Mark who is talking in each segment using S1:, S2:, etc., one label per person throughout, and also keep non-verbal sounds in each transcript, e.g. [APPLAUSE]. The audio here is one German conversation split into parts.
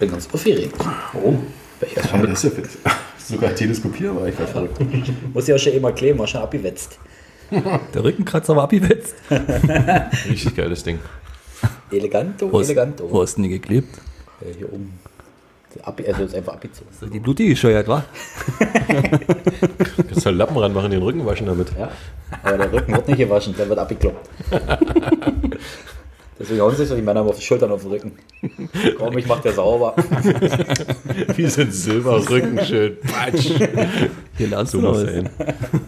S1: bin ganz aufgeregt.
S2: Warum?
S1: Ich
S2: Ja, das ist ja fit. Sogar teleskopierbar, ich war verrückt.
S1: muss ja schon immer kleben, war schon abgewetzt.
S3: Der Rückenkratzer war abgewetzt.
S4: Richtig geiles Ding.
S1: Eleganto,
S3: Wo hast,
S1: eleganto.
S3: wo hast du denn die geklebt?
S1: oh, Äh, Hier oben. Ab, also ist einfach abgezogen.
S3: Die Blutige gescheuert, wa?
S4: Kannst halt Lappen ranmachen, den Rücken waschen damit.
S1: Ja, aber der Rücken wird nicht gewaschen, der wird [LAUGHS] abgekloppt. Deswegen hauen sich so die Männer immer auf die Schultern auf den Rücken. Komm, ich mach dir sauber.
S4: Wie so ein Silberrücken schön. Patsch.
S3: Hier lernst
S4: So
S3: du noch
S4: muss er hin.
S3: was.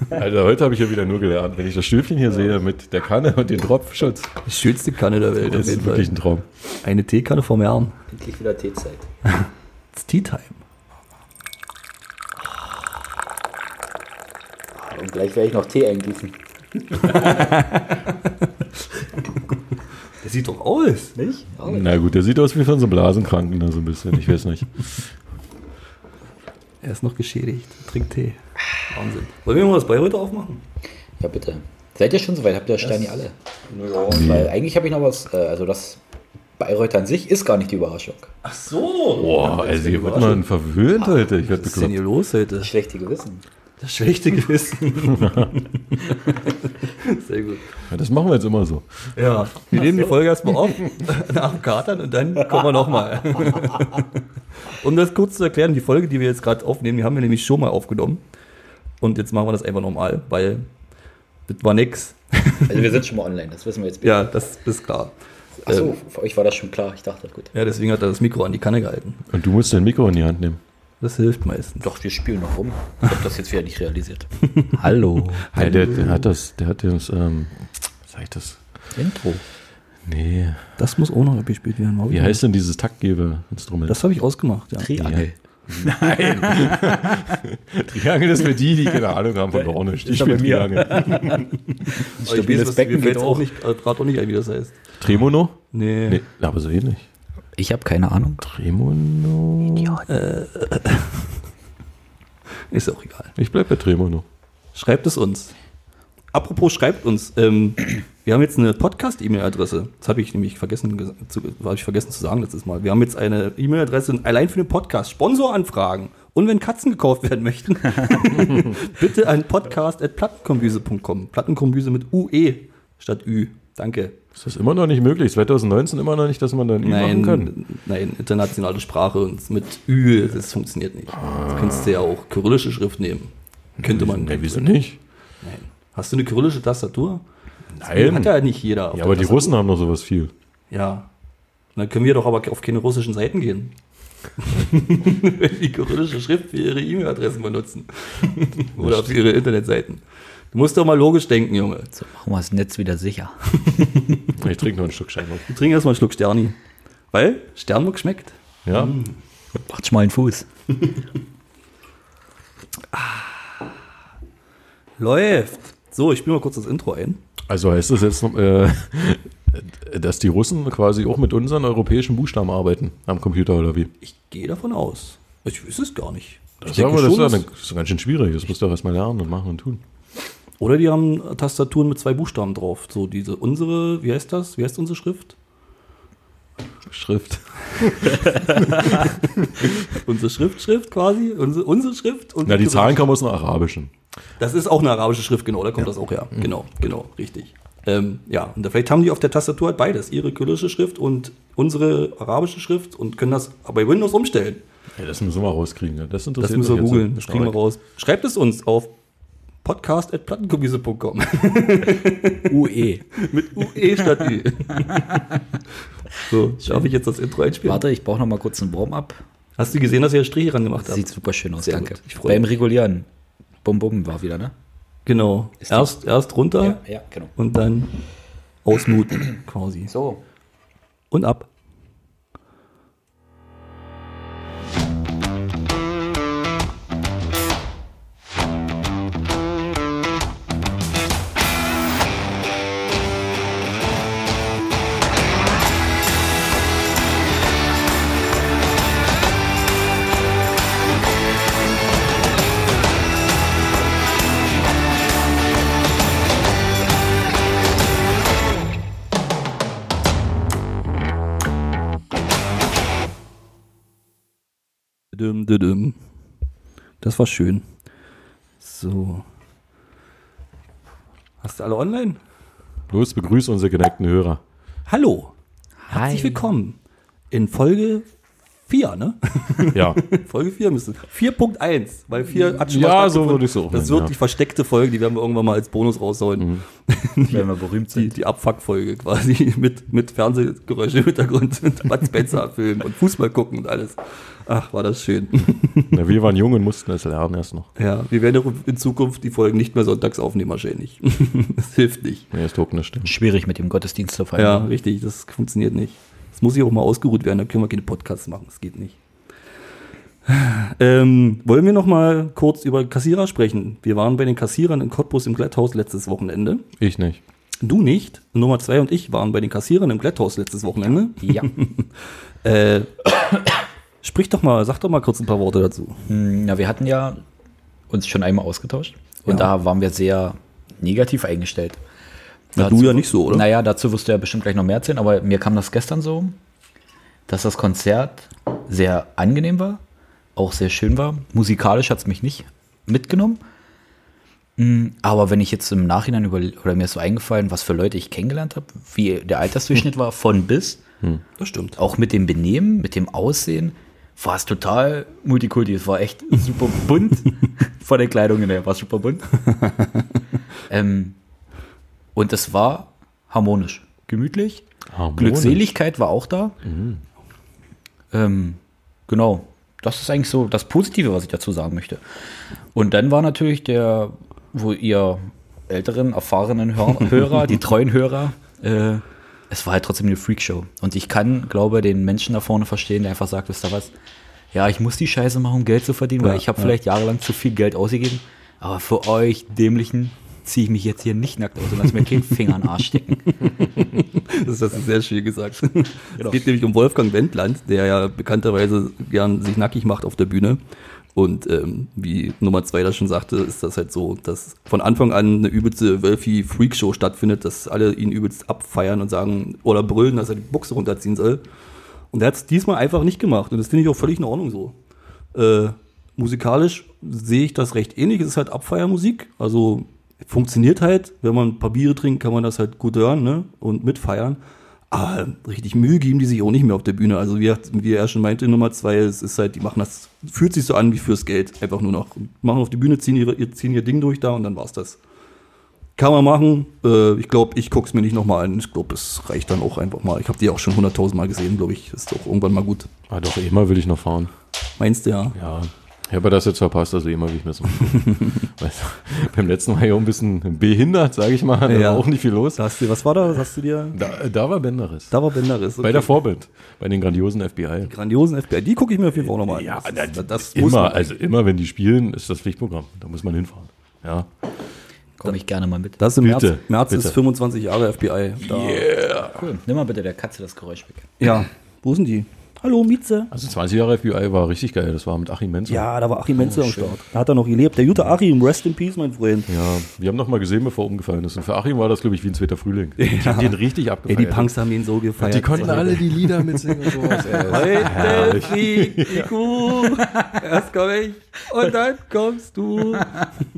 S4: Alter, heute habe ich ja wieder nur gelernt. Wenn ich das Stühlchen hier sehe mit der Kanne und dem Tropfschutz,
S3: Das schönste Kanne der Welt auf
S4: das
S3: jeden
S4: ist wirklich
S3: Fall.
S4: ein Traum.
S3: Eine Teekanne vom Herrn.
S1: Endlich wieder Teezeit.
S3: It's Tea Time.
S1: Und gleich werde ich noch Tee eingießen.
S3: Das sieht doch aus.
S1: Nicht? Ja,
S4: Na gut, der sieht aus wie von so einem Blasenkranken, da so ein bisschen. Ich weiß nicht.
S3: Er ist noch geschädigt. Trinkt Tee. Wahnsinn. Wollen wir mal das Bayreuther aufmachen?
S1: ja, bitte. Seid ihr schon soweit? Habt ihr Steine alle? Weil eigentlich habe ich noch was. äh, Also das Bayreuth an sich ist gar nicht die Überraschung.
S3: Ach so.
S4: Boah, also hier wird man verwöhnt heute. Ich werde
S3: Was ist denn
S4: bekloppt.
S3: hier los heute?
S1: Schlechte Gewissen.
S3: Das schlechte Gewissen. [LAUGHS] Sehr gut.
S4: Ja, Das machen wir jetzt immer so.
S3: Ja, wir nehmen die Folge erstmal auf, [LAUGHS] nach dem Katern und dann kommen wir [LAUGHS] nochmal. um das kurz zu erklären, die Folge, die wir jetzt gerade aufnehmen, die haben wir nämlich schon mal aufgenommen. Und jetzt machen wir das einfach nochmal, weil das war nix.
S1: Also wir sind schon mal online, das wissen wir jetzt.
S3: Ja, das ist klar. Ähm,
S1: Achso, für euch war das schon klar. Ich dachte, gut.
S3: Ja, deswegen hat er das Mikro an die Kanne gehalten.
S4: Und du musst dein Mikro in die Hand nehmen.
S3: Das hilft meistens.
S1: Doch, wir spielen noch rum. Ich habe das jetzt wieder nicht
S3: [LAUGHS]
S1: realisiert.
S3: Hallo.
S4: Ja, der, der hat das, der hat das, ähm, sag ich das?
S1: Intro.
S4: Nee.
S3: Das muss auch noch abgespielt werden. Marvin.
S4: Wie heißt denn dieses Taktgeberinstrument?
S3: Das habe ich ausgemacht, ja.
S1: Triangel.
S4: Triangel ist für die, die keine Ahnung haben von Dornisch. Die
S3: Ist aber
S4: spielen
S3: mir.
S4: Triangel.
S3: Aber ich weiß, was, mir fällt auch nicht, äh, grad auch nicht ein, wie das heißt.
S4: Tremono?
S3: Nee.
S4: Nee, aber so ähnlich.
S1: Ich habe keine Ahnung.
S4: Tremono?
S3: Ist auch egal.
S4: Ich bleib bei Tremono.
S3: Schreibt es uns. Apropos, schreibt uns. Ähm, wir haben jetzt eine Podcast-E-Mail-Adresse. Das habe ich nämlich vergessen, ges- zu, habe ich vergessen zu sagen letztes Mal. Wir haben jetzt eine E-Mail-Adresse allein für den Podcast. Sponsoranfragen. Und wenn Katzen gekauft werden möchten, bitte an podcast.plattenkombüse.com. Plattenkombüse mit UE statt Ü. Danke.
S4: Ist das immer noch nicht möglich? 2019 immer noch nicht, dass man dann
S3: Nein,
S4: machen kann?
S3: nein, internationale Sprache und mit Ü, das funktioniert nicht. Das könntest du ja auch kyrillische Schrift nehmen. Könnte man.
S4: Nee, wieso nicht?
S3: Nein. Hast du eine kyrillische Tastatur?
S4: Nein.
S3: Hat ja nicht jeder. auf
S4: Ja,
S3: der
S4: aber die
S3: Tastatur.
S4: Russen haben noch sowas viel.
S3: Ja. Dann können wir doch aber auf keine russischen Seiten gehen. [LAUGHS] Wenn die kyrillische Schrift für ihre E-Mail-Adressen
S4: [LAUGHS]
S3: benutzen. Oder für ihre Internetseiten. Du musst doch mal logisch denken, Junge.
S1: So machen wir das Netz wieder sicher.
S3: [LAUGHS]
S4: Ich trinke noch ein Stück Scheinbock.
S3: Wir trinken erstmal einen Schluck Sterni. Weil Sternburg schmeckt.
S4: Ja?
S1: Macht schmalen Fuß.
S3: Läuft. So, ich spiele mal kurz das Intro ein.
S4: Also heißt das jetzt, noch, äh, dass die Russen quasi auch mit unseren europäischen Buchstaben arbeiten am Computer oder wie?
S3: Ich gehe davon aus. Ich weiß es gar nicht. Ich
S4: Das, ist
S3: denke
S4: aber, das, ist
S3: schon,
S4: ja
S3: dass-
S4: eine- das ist ganz schön schwierig. Das musst du doch erstmal lernen und machen und tun.
S3: Oder die haben Tastaturen mit zwei Buchstaben drauf. So diese unsere, wie heißt das? Wie heißt unsere Schrift?
S4: Schrift.
S3: Unsere Schriftschrift quasi? Unsere, unsere Schrift? Unsere
S4: Na, die
S3: Schrift.
S4: Zahlen kommen aus dem Arabischen.
S3: Das ist auch eine arabische Schrift, genau, da kommt das auch her.
S4: Mhm.
S3: Genau, genau, richtig. Ähm, ja, und da vielleicht haben die auf der Tastatur halt beides, ihre kyrillische Schrift und unsere arabische Schrift und können das bei Windows umstellen.
S4: Ja, das müssen wir rauskriegen. ja. Das interessiert
S3: Das müssen wir
S4: mich jetzt.
S3: googeln, das kriegen wir raus. Schreibt es uns auf podcast.plattenkombise.com
S1: UE.
S3: [LAUGHS] mit UE statt
S4: [LAUGHS]
S3: Ü. so, darf ich jetzt das Intro einspielen?
S1: Warte, ich brauche noch mal kurz einen Warm-up.
S3: Hast du gesehen, dass ihr Striche ran gemacht
S1: Das
S3: habt?
S1: sieht super schön aus,
S3: Sehr
S1: danke.
S3: gut, ich freu
S1: Beim
S3: mich.
S1: Regulieren. Bum Bum war wieder, ne?
S3: Genau. Erst, erst runter
S1: genau.
S3: und dann ausmuten quasi.
S1: So.
S3: Und ab. Düm, düm, düm. Das war schön. So. Hast du alle online?
S4: Los, begrüße unsere geneigten Hörer.
S3: [LAUGHS] Hallo. Herzlich willkommen in Folge 4, ne?
S4: Ja,
S3: [LAUGHS] Folge 4 müsste. 4.1, weil 4 hat schon
S4: Ja,
S3: mal
S4: so
S3: stattgefunden.
S4: würde ich es auch
S3: Das ist
S4: nennen, Mhm.
S3: wirklich versteckte Folge, die werden wir irgendwann mal als Bonus raushauen.
S1: wenn wir berühmt
S3: Die,
S1: sind.
S3: die Abfuck-Folge quasi [LAUGHS] mit, mit Fernsehgeräuschen im Hintergrund und Bud Spencer-Filmen und Fußball gucken und alles. Ach, war das schön.
S4: na, wir waren jung und mussten es lernen erst noch.
S3: Ja, wir werden auch in Zukunft die Folgen nicht mehr sonntags aufnehmen, wahrscheinlich. [LAUGHS] Das hilft nicht.
S4: Nee, ist doch nicht.
S1: Schwierig mit dem Gottesdienst zu
S3: Ja,
S1: feiern.
S3: richtig, das funktioniert nicht. Das muss ich auch mal ausgeruht werden, da können wir keine Podcasts machen, das geht nicht. Ähm, wollen wir noch mal kurz über Kassierer sprechen? Wir waren bei den Kassierern in Cottbus im Glatthaus letztes Wochenende.
S4: Ich nicht.
S3: Du nicht, Nummer zwei und ich waren bei den Kassierern im Glatthaus letztes Wochenende.
S1: Ja.
S3: Äh, [COUGHS] sprich doch mal, sag doch mal kurz ein paar Worte dazu.
S1: Hm, Na, wir hatten ja uns schon einmal ausgetauscht und
S3: Ja.
S1: da waren wir sehr negativ eingestellt.
S3: Na, du ja nicht so, oder?
S1: Naja, dazu wirst du ja bestimmt gleich noch mehr erzählen, aber mir kam das gestern so, dass das Konzert sehr angenehm war, auch sehr schön war. Musikalisch hat es mich nicht mitgenommen. Mm, Aber wenn ich jetzt im Nachhinein über, oder mir ist so eingefallen, was für Leute ich kennengelernt habe, wie der
S3: [LAUGHS]
S1: Altersdurchschnitt war, von bis,
S3: Das stimmt.
S1: auch mit dem Benehmen, mit dem Aussehen, war es total Multikulti. Es war echt super bunt. Von der Kleidung her war es super bunt. ähm, und es war harmonisch, gemütlich.
S4: Harmonisch.
S1: Glückseligkeit war auch da. Ähm, genau. Das ist eigentlich so das Positive, was ich dazu sagen möchte. Und dann war natürlich der, wo ihr älteren, erfahrenen Hör Hörer, die treuen Hörer, äh, es war halt trotzdem eine Freakshow. Und ich kann, glaube den Menschen da vorne verstehen, der einfach sagt, wisst ihr was, ja, ich muss die Scheiße machen, um Geld zu verdienen, weil ich habe vielleicht jahrelang zu viel Geld ausgegeben. Aber für euch Dämlichen ziehe ich mich jetzt hier nicht nackt aus und lass mir keinen Finger in den Arsch stecken.
S3: [LAUGHS] Das hast du sehr schön gesagt. Es geht nämlich um Wolfgang Wendland, der ja bekannterweise gern sich nackig macht auf der Bühne. Und ähm, wie Nummer zwei das schon sagte, ist das halt so, dass von Anfang an eine übelste Wölfie-Freakshow stattfindet, dass alle ihn übelst abfeiern und sagen oder brüllen, dass er die Buchse runterziehen soll. Und er hat es diesmal einfach nicht gemacht. Und das finde ich auch völlig in Ordnung so. Äh, musikalisch sehe ich das recht ähnlich. Es ist halt Abfeiermusik. Also funktioniert halt. Wenn man ein paar Biere trinkt, kann man das halt gut hören ne? und mitfeiern. Aber richtig Mühe geben die sich auch nicht mehr auf der Bühne. Also wie, wie er schon meinte, Nummer zwei, es ist halt, die machen das, fühlt sich so an wie fürs Geld. Einfach nur noch. Machen auf die Bühne, ziehen, ihre, ziehen ihr Ding durch da und dann war's das. Kann man machen. Äh, ich glaube, ich guck's mir nicht nochmal an. Ich glaube, es reicht dann auch einfach mal. Ich habe die auch schon 100.000 Mal gesehen, glaube ich. Ist doch irgendwann mal gut.
S4: Ah, doch, immer will ich noch fahren.
S3: Meinst du ja?
S4: Ja. Ich habe das jetzt verpasst, also immer will ich mir
S3: [LAUGHS]
S4: so. Weil beim letzten Mal ja auch ein bisschen behindert, sage ich mal. Da
S3: Ja.
S4: war auch nicht viel los.
S3: Da hast du, was war da? Was hast du dir?
S4: Da, da war Benderis.
S3: Da war Benderis.
S4: Bei der Vorbild. Bei den grandiosen FBI.
S3: grandiosen FBI. Die gucke ich mir auf jeden Fall auch nochmal an.
S4: Ja,
S3: das, das, das muss
S4: Immer,
S3: man.
S4: also immer, wenn die spielen, ist das Pflichtprogramm. Da muss man hinfahren. Ja.
S1: Komme ich gerne mal mit.
S3: Das ist im
S4: Bitte,
S3: März. März
S4: bitte.
S3: ist 25 Jahre FBI. Da.
S1: Cool. Nimm mal bitte der Katze das Geräusch weg.
S3: Ja. Wo sind die? Hallo, Mieze.
S4: Also 20 Jahre FBI war richtig geil. Das war mit Achim Menzel.
S3: Ja, da war Achim
S4: Oh,
S3: Menzel am Start. Da hat er noch gelebt. Der gute Achim, rest in peace, mein Freund.
S4: Ja, wir haben noch mal gesehen, bevor er umgefallen ist. Und für Achim war das, glaube ich, wie ein zweiter Frühling. Ich hab den richtig
S3: Ey,
S4: abgefeiert.
S3: die Punks haben ihn so gefeiert.
S4: Die konnten alle die Lieder mitsingen und sowas.
S3: [LAUGHS]
S4: Ey.
S3: Heute fliegt die Kuh. Erst komme ich und dann kommst du.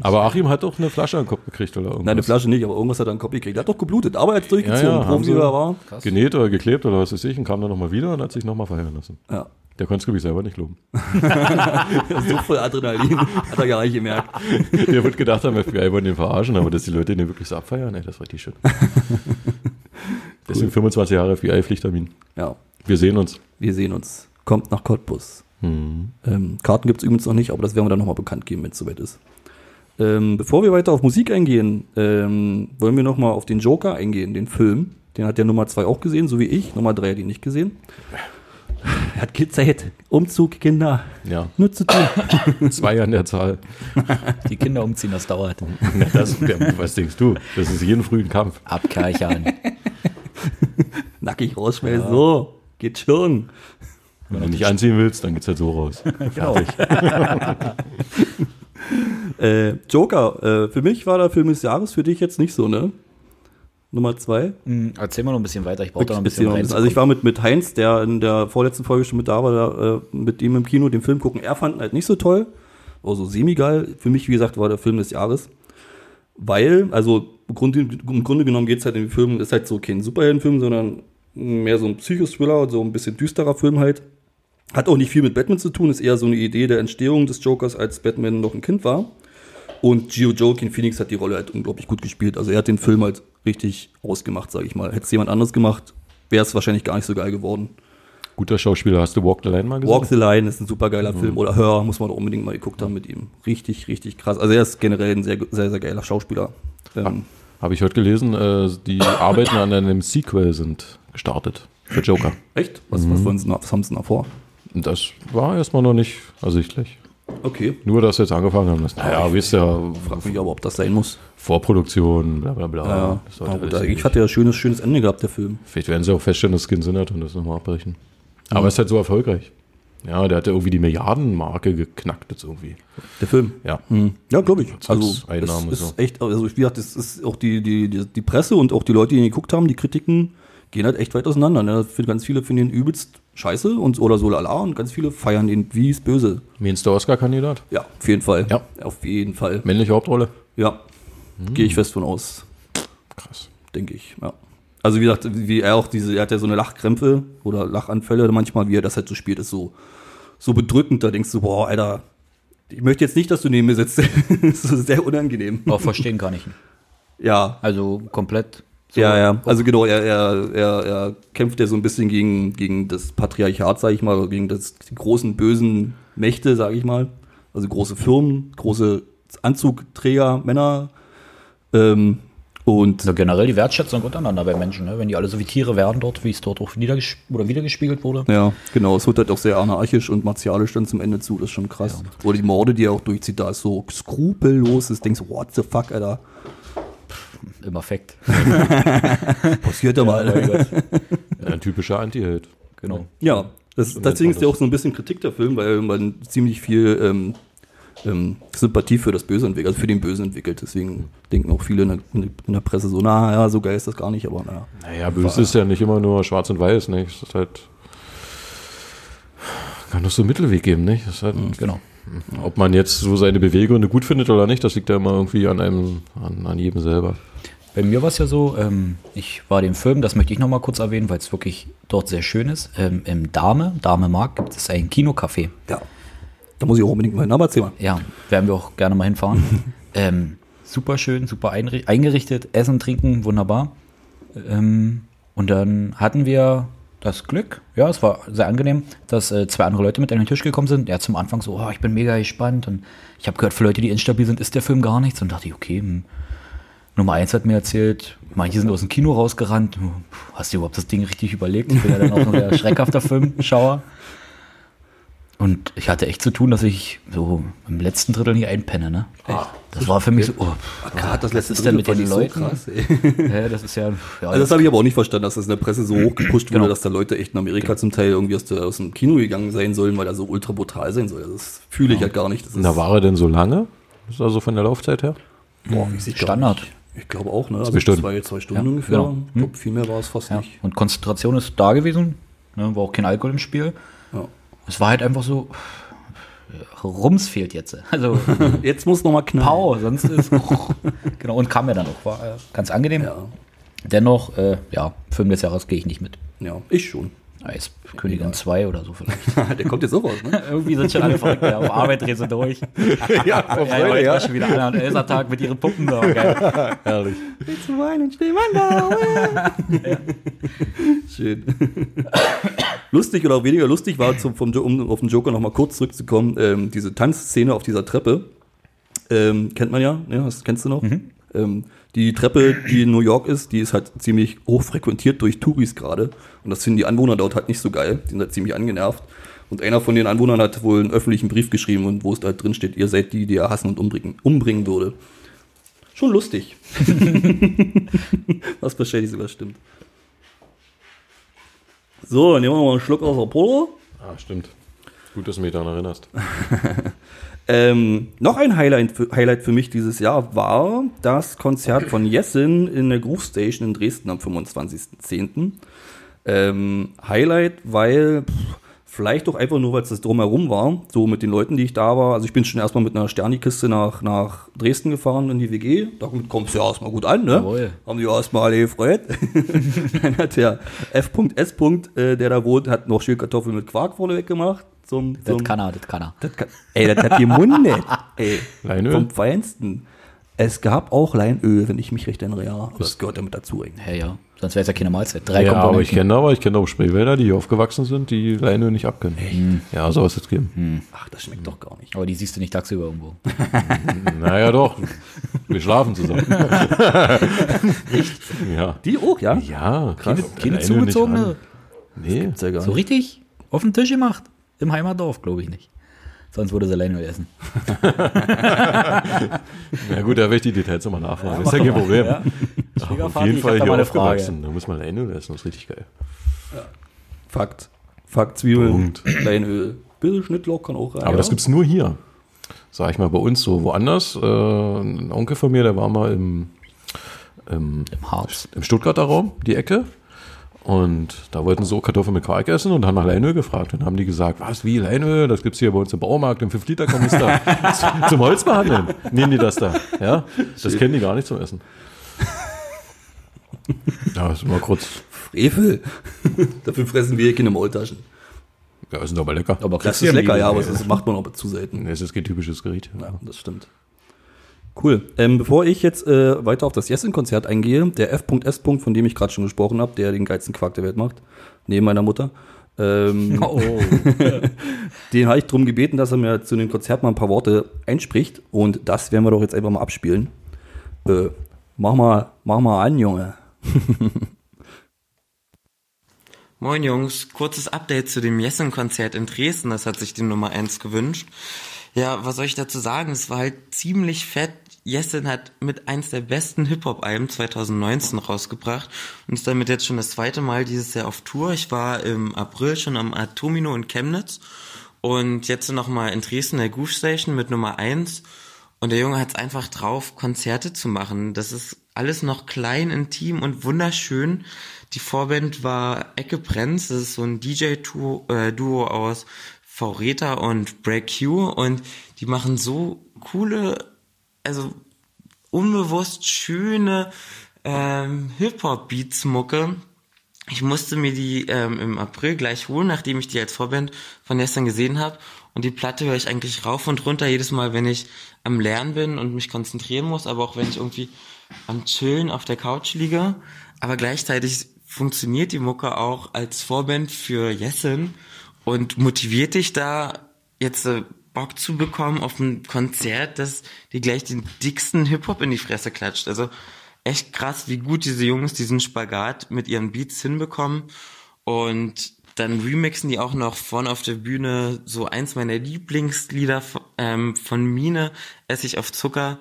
S4: Aber Achim hat doch eine Flasche an den Kopf gekriegt oder irgendwas.
S3: Nein, eine Flasche nicht, aber irgendwas hat er an den Kopf gekriegt. Er hat doch geblutet, aber er hat es
S4: Ja,
S3: durchgezogen.
S4: ja, haben
S3: Profi,
S4: sie
S3: wie er war.
S4: genäht oder geklebt oder was weiß ich und kam dann nochmal wieder und hat sich nochmal verheilen lassen.
S3: Ja.
S4: Der konnte es, glaube ich, selber nicht
S3: [LAUGHS]
S4: loben.
S3: So voll Adrenalin. Hat er gar nicht gemerkt.
S4: Der wird gedacht haben, FBI wollen den verarschen, aber dass die Leute den wirklich so abfeiern, ey, das war
S3: [LAUGHS]
S4: richtig schön. Deswegen 25 Jahre FBI-Pflichtermin.
S3: Ja.
S4: Wir sehen uns.
S3: Wir sehen uns. Kommt nach Cottbus. Ähm, Karten gibt es übrigens noch nicht, aber das werden wir dann nochmal bekannt geben, wenn es soweit ist. Ähm, bevor wir weiter auf Musik eingehen, ähm, wollen wir nochmal auf den Joker eingehen, den Film. Den hat der Nummer 2 auch gesehen, so wie ich. Nummer 3 hat ihn nicht gesehen. Er hat keine Zeit. Umzug, Kinder.
S4: Ja,
S3: Nur zu tun.
S4: zwei an der Zahl.
S1: Die Kinder umziehen, das dauert.
S4: Na, das, der, was denkst du? Das ist jeden frühen Kampf.
S1: Abkerchern.
S3: [LAUGHS] Nackig rausschmeißen. So, geht schon.
S4: Wenn du nicht anziehen willst, dann geht's halt so raus.
S3: genau.
S4: Fertig.
S3: Äh, Joker, äh, für mich war der Film des Jahres, für dich jetzt nicht so, ne? Nummer zwei.
S1: Hm, Erzähl mal noch ein bisschen weiter, ich brauche da noch ein bisschen,
S3: Beziehung.
S1: rein.
S3: Also ich war mit, mit Heinz, der in der vorletzten Folge schon mit da war, da, äh, mit ihm im Kino den Film gucken. Er fand ihn halt nicht so toll. Also semi-geil. Für mich, wie gesagt, war der Film des Jahres. Weil, also im Grunde, im Grunde genommen geht es halt in den Film, ist halt so kein Superheldenfilm, sondern mehr so ein Psychothriller, so ein bisschen düsterer Film halt. Hat auch nicht viel mit Batman zu tun, ist eher so eine Idee der Entstehung des Jokers, als Batman noch ein Kind war. Und Gio Joaquin Phoenix hat die Rolle halt unglaublich gut gespielt. Also er hat den Film halt richtig ausgemacht, sage ich mal. Hätte es jemand anderes gemacht, wäre es wahrscheinlich gar nicht so geil geworden.
S4: [LAUGHS] Guter Schauspieler, hast du Walk the Line mal gesehen?
S3: Walk the Line ist ein super geiler
S4: Mhm.
S3: Film. Oder Hör, muss man doch unbedingt mal geguckt haben mit ihm. Richtig, richtig krass. Also er ist generell ein sehr, sehr, sehr geiler Schauspieler. Ähm,
S4: Habe ich heute gelesen, äh, die Arbeiten an einem Sequel sind gestartet für Joker.
S3: echt? Was, was,
S4: Mhm.
S3: wollen sie, noch- was haben sie denn da vor?
S4: Und das war erstmal noch nicht ersichtlich.
S3: Okay.
S4: Nur, dass wir jetzt angefangen haben. Das, naja, wisst ja,
S3: Frag mich aber, ob das sein muss.
S4: Vorproduktion, bla bla bla.
S3: Ja,
S4: Das sollte
S3: aber
S4: alles
S3: da,
S4: nicht-
S3: ich hatte ja ein schönes, schönes Ende gehabt, der Film.
S4: Vielleicht werden sie auch feststellen, dass es keinen Sinn hat und das nochmal abbrechen. Aber es ist halt so erfolgreich. Ja, der hat ja irgendwie die Milliardenmarke geknackt jetzt irgendwie.
S3: Der Film.
S4: Ja.
S3: Hm. Ja, glaube ich. Also
S4: Einnahmen
S3: es ist
S4: so.
S3: echt, also wie gesagt, das ist auch die, die, die, die Presse und auch die Leute, die ihn geguckt haben, die Kritiken gehen halt echt weit auseinander. Ne? Für ganz viele finden ihn übelst scheiße und oder so lala und ganz viele feiern ihn wie es böse.
S4: Wen ist der Oscar-Kandidat?
S3: Ja, auf jeden Fall.
S4: Ja. Hm.
S3: Auf jeden Fall.
S4: Männliche Hauptrolle?
S3: Ja. Gehe ich fest von aus,
S4: Krass.
S3: denke ich. Ja. Also wie gesagt, wie er auch diese, er hat ja so eine Lachkrämpfe oder Lachanfälle manchmal, wie er das halt so spielt, ist so, so bedrückend. Da denkst du, boah, Alter, ich möchte jetzt nicht, dass du neben mir sitzt. [LAUGHS] das ist sehr unangenehm.
S1: Auch verstehen kann ich ihn.
S3: Ja,
S1: Also komplett. so-
S3: ja, ja. Also genau, er, er, er, er kämpft ja so ein bisschen gegen, gegen das Patriarchat, sage ich mal, oder gegen das, die großen bösen Mächte, sage ich mal. Also große Firmen, große Anzugträger, Männer. Ähm, und
S1: Also generell die Wertschätzung untereinander bei Menschen, ne? wenn die alle so wie Tiere werden dort, wie es dort auch niederges oder wiedergespiegelt wurde.
S3: ja, genau, es wird halt auch sehr anarchisch und martialisch dann zum Ende zu, das ist schon krass. Oder die Morde, die er auch durchzieht, da ist so skrupellos, das denkst du, what the fuck, Alter,
S1: Im Affekt. [LAUGHS]
S3: passiert ja mal.
S4: Ein typischer Anti-Held.
S1: Genau.
S3: Ja, das, deswegen ist ja auch so ein bisschen Kritik der Film, weil man ziemlich viel ähm, ähm, Sympathie für das Böse entwickelt, also für den Bösen entwickelt. Deswegen denken auch viele in der, in der Presse so, na ja, so geil ist das gar nicht, aber naja.
S4: Naja, böse ist ja nicht immer nur schwarz und weiß, nicht? Es ist halt. Kann doch so einen Mittelweg geben, nicht? Das ist halt,
S1: Genau.
S4: Ob man jetzt so seine Beweggründe gut findet oder nicht, das liegt ja immer irgendwie an einem, an, an jedem selber.
S1: Bei mir war es ja so, ähm, ich war dem Film, das möchte ich nochmal kurz erwähnen, weil es wirklich dort sehr schön ist. Ähm, Im Dame, Dame Markt, gibt es ein Kinocafé.
S3: Ja. Da muss ich auch unbedingt mal hin, aber erzähl mal.
S1: Ja, werden wir auch gerne mal hinfahren. ähm, super schön, super einri- eingerichtet, Essen, Trinken, wunderbar. Ähm, und dann hatten wir das Glück, ja, es war sehr angenehm, dass äh, zwei andere Leute mit an den Tisch gekommen sind. Er zum Anfang so, oh, ich bin mega gespannt und ich habe gehört, für Leute, die instabil sind, ist der Film gar nichts. Und dachte ich, okay, hm. Nummer eins hat mir erzählt, manche sind aus dem Kino rausgerannt. Puh, Hast du überhaupt das Ding richtig überlegt? Ich bin ja dann auch noch der schreckhafter Filmschauer. Und ich hatte echt zu tun, dass ich so im letzten Drittel nicht einpenne, ne? Das war für mich so, oh, pff,
S3: Gerade das letzte
S1: ist denn mit
S3: fand
S1: den
S3: ich
S1: Leuten?
S3: So krass, ey.
S1: hä, das ist ja, ja
S3: [LAUGHS] Also das habe ich aber auch nicht verstanden, dass das in der Presse so hochgepusht wurde,
S1: Genau.
S3: dass da Leute echt in Amerika zum Teil irgendwie aus, der, aus dem Kino gegangen sein sollen, weil er so ultra brutal sein soll. Das fühle ich halt gar nicht. Das ist
S4: Na, war er denn so lange? Ist also von der Laufzeit her?
S3: boah, weiß ich gar
S1: hm, Standard.
S3: nicht. Ich glaube auch, ne? Also
S4: Stunden.
S3: Zwei, zwei Stunden
S1: Ja,
S3: ungefähr.
S1: genau.
S3: Ich glaub, viel mehr war es fast
S1: Ja.
S3: nicht.
S1: Und Konzentration ist da gewesen. Ne? War auch kein Alkohol im Spiel.
S3: Ja.
S1: Es war halt einfach so, Rums fehlt jetzt. Also
S3: Jetzt muss nochmal knallen.
S1: Pau, sonst
S3: [LAUGHS]
S1: ist genau und kam ja dann auch, war äh, ganz angenehm.
S3: Ja.
S1: Dennoch, äh, ja, Film des Jahres gehe ich nicht mit. Ah,
S3: ja, ich schon. [LAUGHS]
S1: Eiskönigin 2 um oder so vielleicht.
S3: Der kommt jetzt auch raus, [LAUGHS] ne?
S1: [LAUGHS] Irgendwie sind schon alle verrückt, ja. Auf Arbeit drehen sie durch.
S4: Ja, auf
S1: [LAUGHS] Ja, heute war schon wieder einer an Elsa-Tag mit ihren Puppen da. Geil.
S4: Herrlich.
S3: [LAUGHS] Schön. lustig oder auch weniger lustig war, zum, vom, Jo- um auf den Joker nochmal kurz zurückzukommen, ähm, diese Tanzszene auf dieser Treppe. Ähm, kennt man ja, ne? das kennst du noch? Ähm, die Treppe, die in New York ist, die ist halt ziemlich hoch frequentiert durch Touris gerade. Und das finden die Anwohner dort halt nicht so geil. Die sind halt ziemlich angenervt. Und einer von den Anwohnern hat wohl einen öffentlichen Brief geschrieben, und wo es da halt drin steht, ihr seid die, die er hassen und umbringen, umbringen würde. Schon lustig. [LAUGHS] Was wahrscheinlich sogar stimmt. So, nehmen wir mal einen Schluck aus der Polo.
S4: Ah, stimmt. Gut, dass du mich daran [LAUGHS] erinnerst.
S3: Ähm, noch ein Highlight für, Highlight für mich dieses Jahr war das Konzert von Jessin in der Groove Station in Dresden am 25.10. Ähm, Highlight, weil pff, vielleicht auch einfach nur, weil es das drumherum war, so mit den Leuten, die ich da war. Also ich bin schon erstmal mit einer Sternikiste nach, nach Dresden gefahren in die WG. Damit kommst du ja erstmal gut an, ne?
S1: Jawohl.
S3: Haben die erstmal
S1: [LAUGHS]
S3: alle gefreut. Dann hat der F.S. Äh, der da wohnt, hat noch Schälkartoffeln mit Quark vorne weggemacht. Zum,
S1: Das
S3: zum,
S1: kann er, das kann er.
S3: das kann, ey, das hat gemundet. Ey,
S4: Leinöl?
S3: vom Feinsten. Es gab auch Leinöl, wenn ich mich recht erinnere. Ja, aber das gehört damit dazu. Ey.
S1: Hey, ja. Sonst wäre es ja keine Mahlzeit. Drei
S4: ja, aber ich
S1: Komponenten.
S4: kenne aber, ich kenne auch Spreewälder, die hier aufgewachsen sind, die Leine nicht abkönnen. Mhm. Ja, sowas jetzt geben.
S3: Ach, das schmeckt doch gar nicht.
S1: Aber die siehst du nicht tagsüber irgendwo.
S4: Naja, doch. Wir schlafen [LAUGHS] zusammen. ja.
S3: Die auch, ja?
S4: Ja,
S1: Keine,
S4: krass.
S1: keine
S4: Alleine nicht
S1: zugezogene.
S4: ran. Nee.
S3: Sehr geil.
S1: So richtig auf den Tisch gemacht. Im Heimatdorf, glaube ich nicht. Sonst würde sie alleine essen.
S4: Na gut, da werde ich die Details nochmal nachfragen. ist ja kein
S1: [LAUGHS]
S4: Problem. Aber auf jeden Fall hier aufgewachsen. Da muss man Leine essen, das ist richtig geil.
S3: Fakt. Fakt, Zwiebeln,
S4: Punkt.
S3: Leinöl. Bisschen Schnittlauch kann auch rein.
S4: Aber
S3: ja.
S4: das gibt's nur hier. Sag ich mal, bei uns so. Woanders, äh, ein Onkel von mir, der war mal im, im,
S1: Im Harz.
S4: im Stuttgarter Raum, die Ecke. Und da wollten sie auch Kartoffeln mit Quark essen und haben nach Leinöl gefragt. Und haben die gesagt, was, wie Leinöl? Das gibt's hier bei uns im Baumarkt, im
S3: [LAUGHS]
S4: 5-Liter-Kanister. Z- zum Holzbehandeln nehmen die das da. Ja, das kennen die gar nicht zum
S3: [LAUGHS]
S4: Essen. Ja, ist immer kurz.
S3: Frevel. [LAUGHS] Dafür fressen wir hier keine Maultaschen.
S4: Ja, ist aber lecker.
S1: Aber
S3: Das
S1: kriegst du
S3: ist lecker,
S1: nie.
S3: ja, aber das ist- macht man aber zu selten.
S4: Nee, Es ist kein typisches Gericht.
S3: Ja, das stimmt. Cool. Ähm, bevor ich jetzt äh, weiter auf das Jessin-Konzert eingehe, der F.S. Punkt, von dem ich gerade schon gesprochen habe, der den geilsten Quark der Welt macht, neben meiner Mutter, ähm,
S1: Oh.
S3: [LAUGHS] den habe ich darum gebeten, dass er mir zu dem Konzert mal ein paar Worte einspricht. Und das werden wir doch jetzt einfach mal abspielen. Äh, mach, mal, mach mal an, Junge.
S5: Moin Jungs, kurzes Update zu dem Jessen-Konzert in Dresden, das hat sich die Nummer 1 gewünscht. Ja, was soll ich dazu sagen? Es war halt ziemlich fett. Jessen hat mit eins der besten Hip-Hop-Alben 2019 rausgebracht und ist damit jetzt schon das zweite Mal dieses Jahr auf Tour. Ich war im April schon am Atomino in Chemnitz und jetzt nochmal in Dresden der Goof Station mit Nummer 1. Und der Junge hat es einfach drauf, Konzerte zu machen. Das ist alles noch klein, intim und wunderschön. Die Vorband war Ecke Brenz. Das ist so ein DJ-Duo äh, Duo aus Vreta und Break Q. Und die machen so coole, also unbewusst schöne ähm, Hip-Hop-Beats-Mucke. Ich musste mir die ähm, im April gleich holen, nachdem ich die als Vorband von gestern gesehen habe. Und die Platte höre ich eigentlich rauf und runter jedes Mal, wenn ich am Lernen bin und mich konzentrieren muss, aber auch wenn ich irgendwie am Chillen auf der Couch liege. Aber gleichzeitig funktioniert die Mucke auch als Vorband für Jessen und motiviert dich da jetzt äh, Bock zu bekommen auf ein Konzert, das dir gleich den dicksten Hip-Hop in die Fresse klatscht. Also echt krass, wie gut diese Jungs diesen Spagat mit ihren Beats hinbekommen. Und dann remixen die auch noch vorne auf der Bühne so eins meiner Lieblingslieder von, ähm, von Mine, Essig auf Zucker.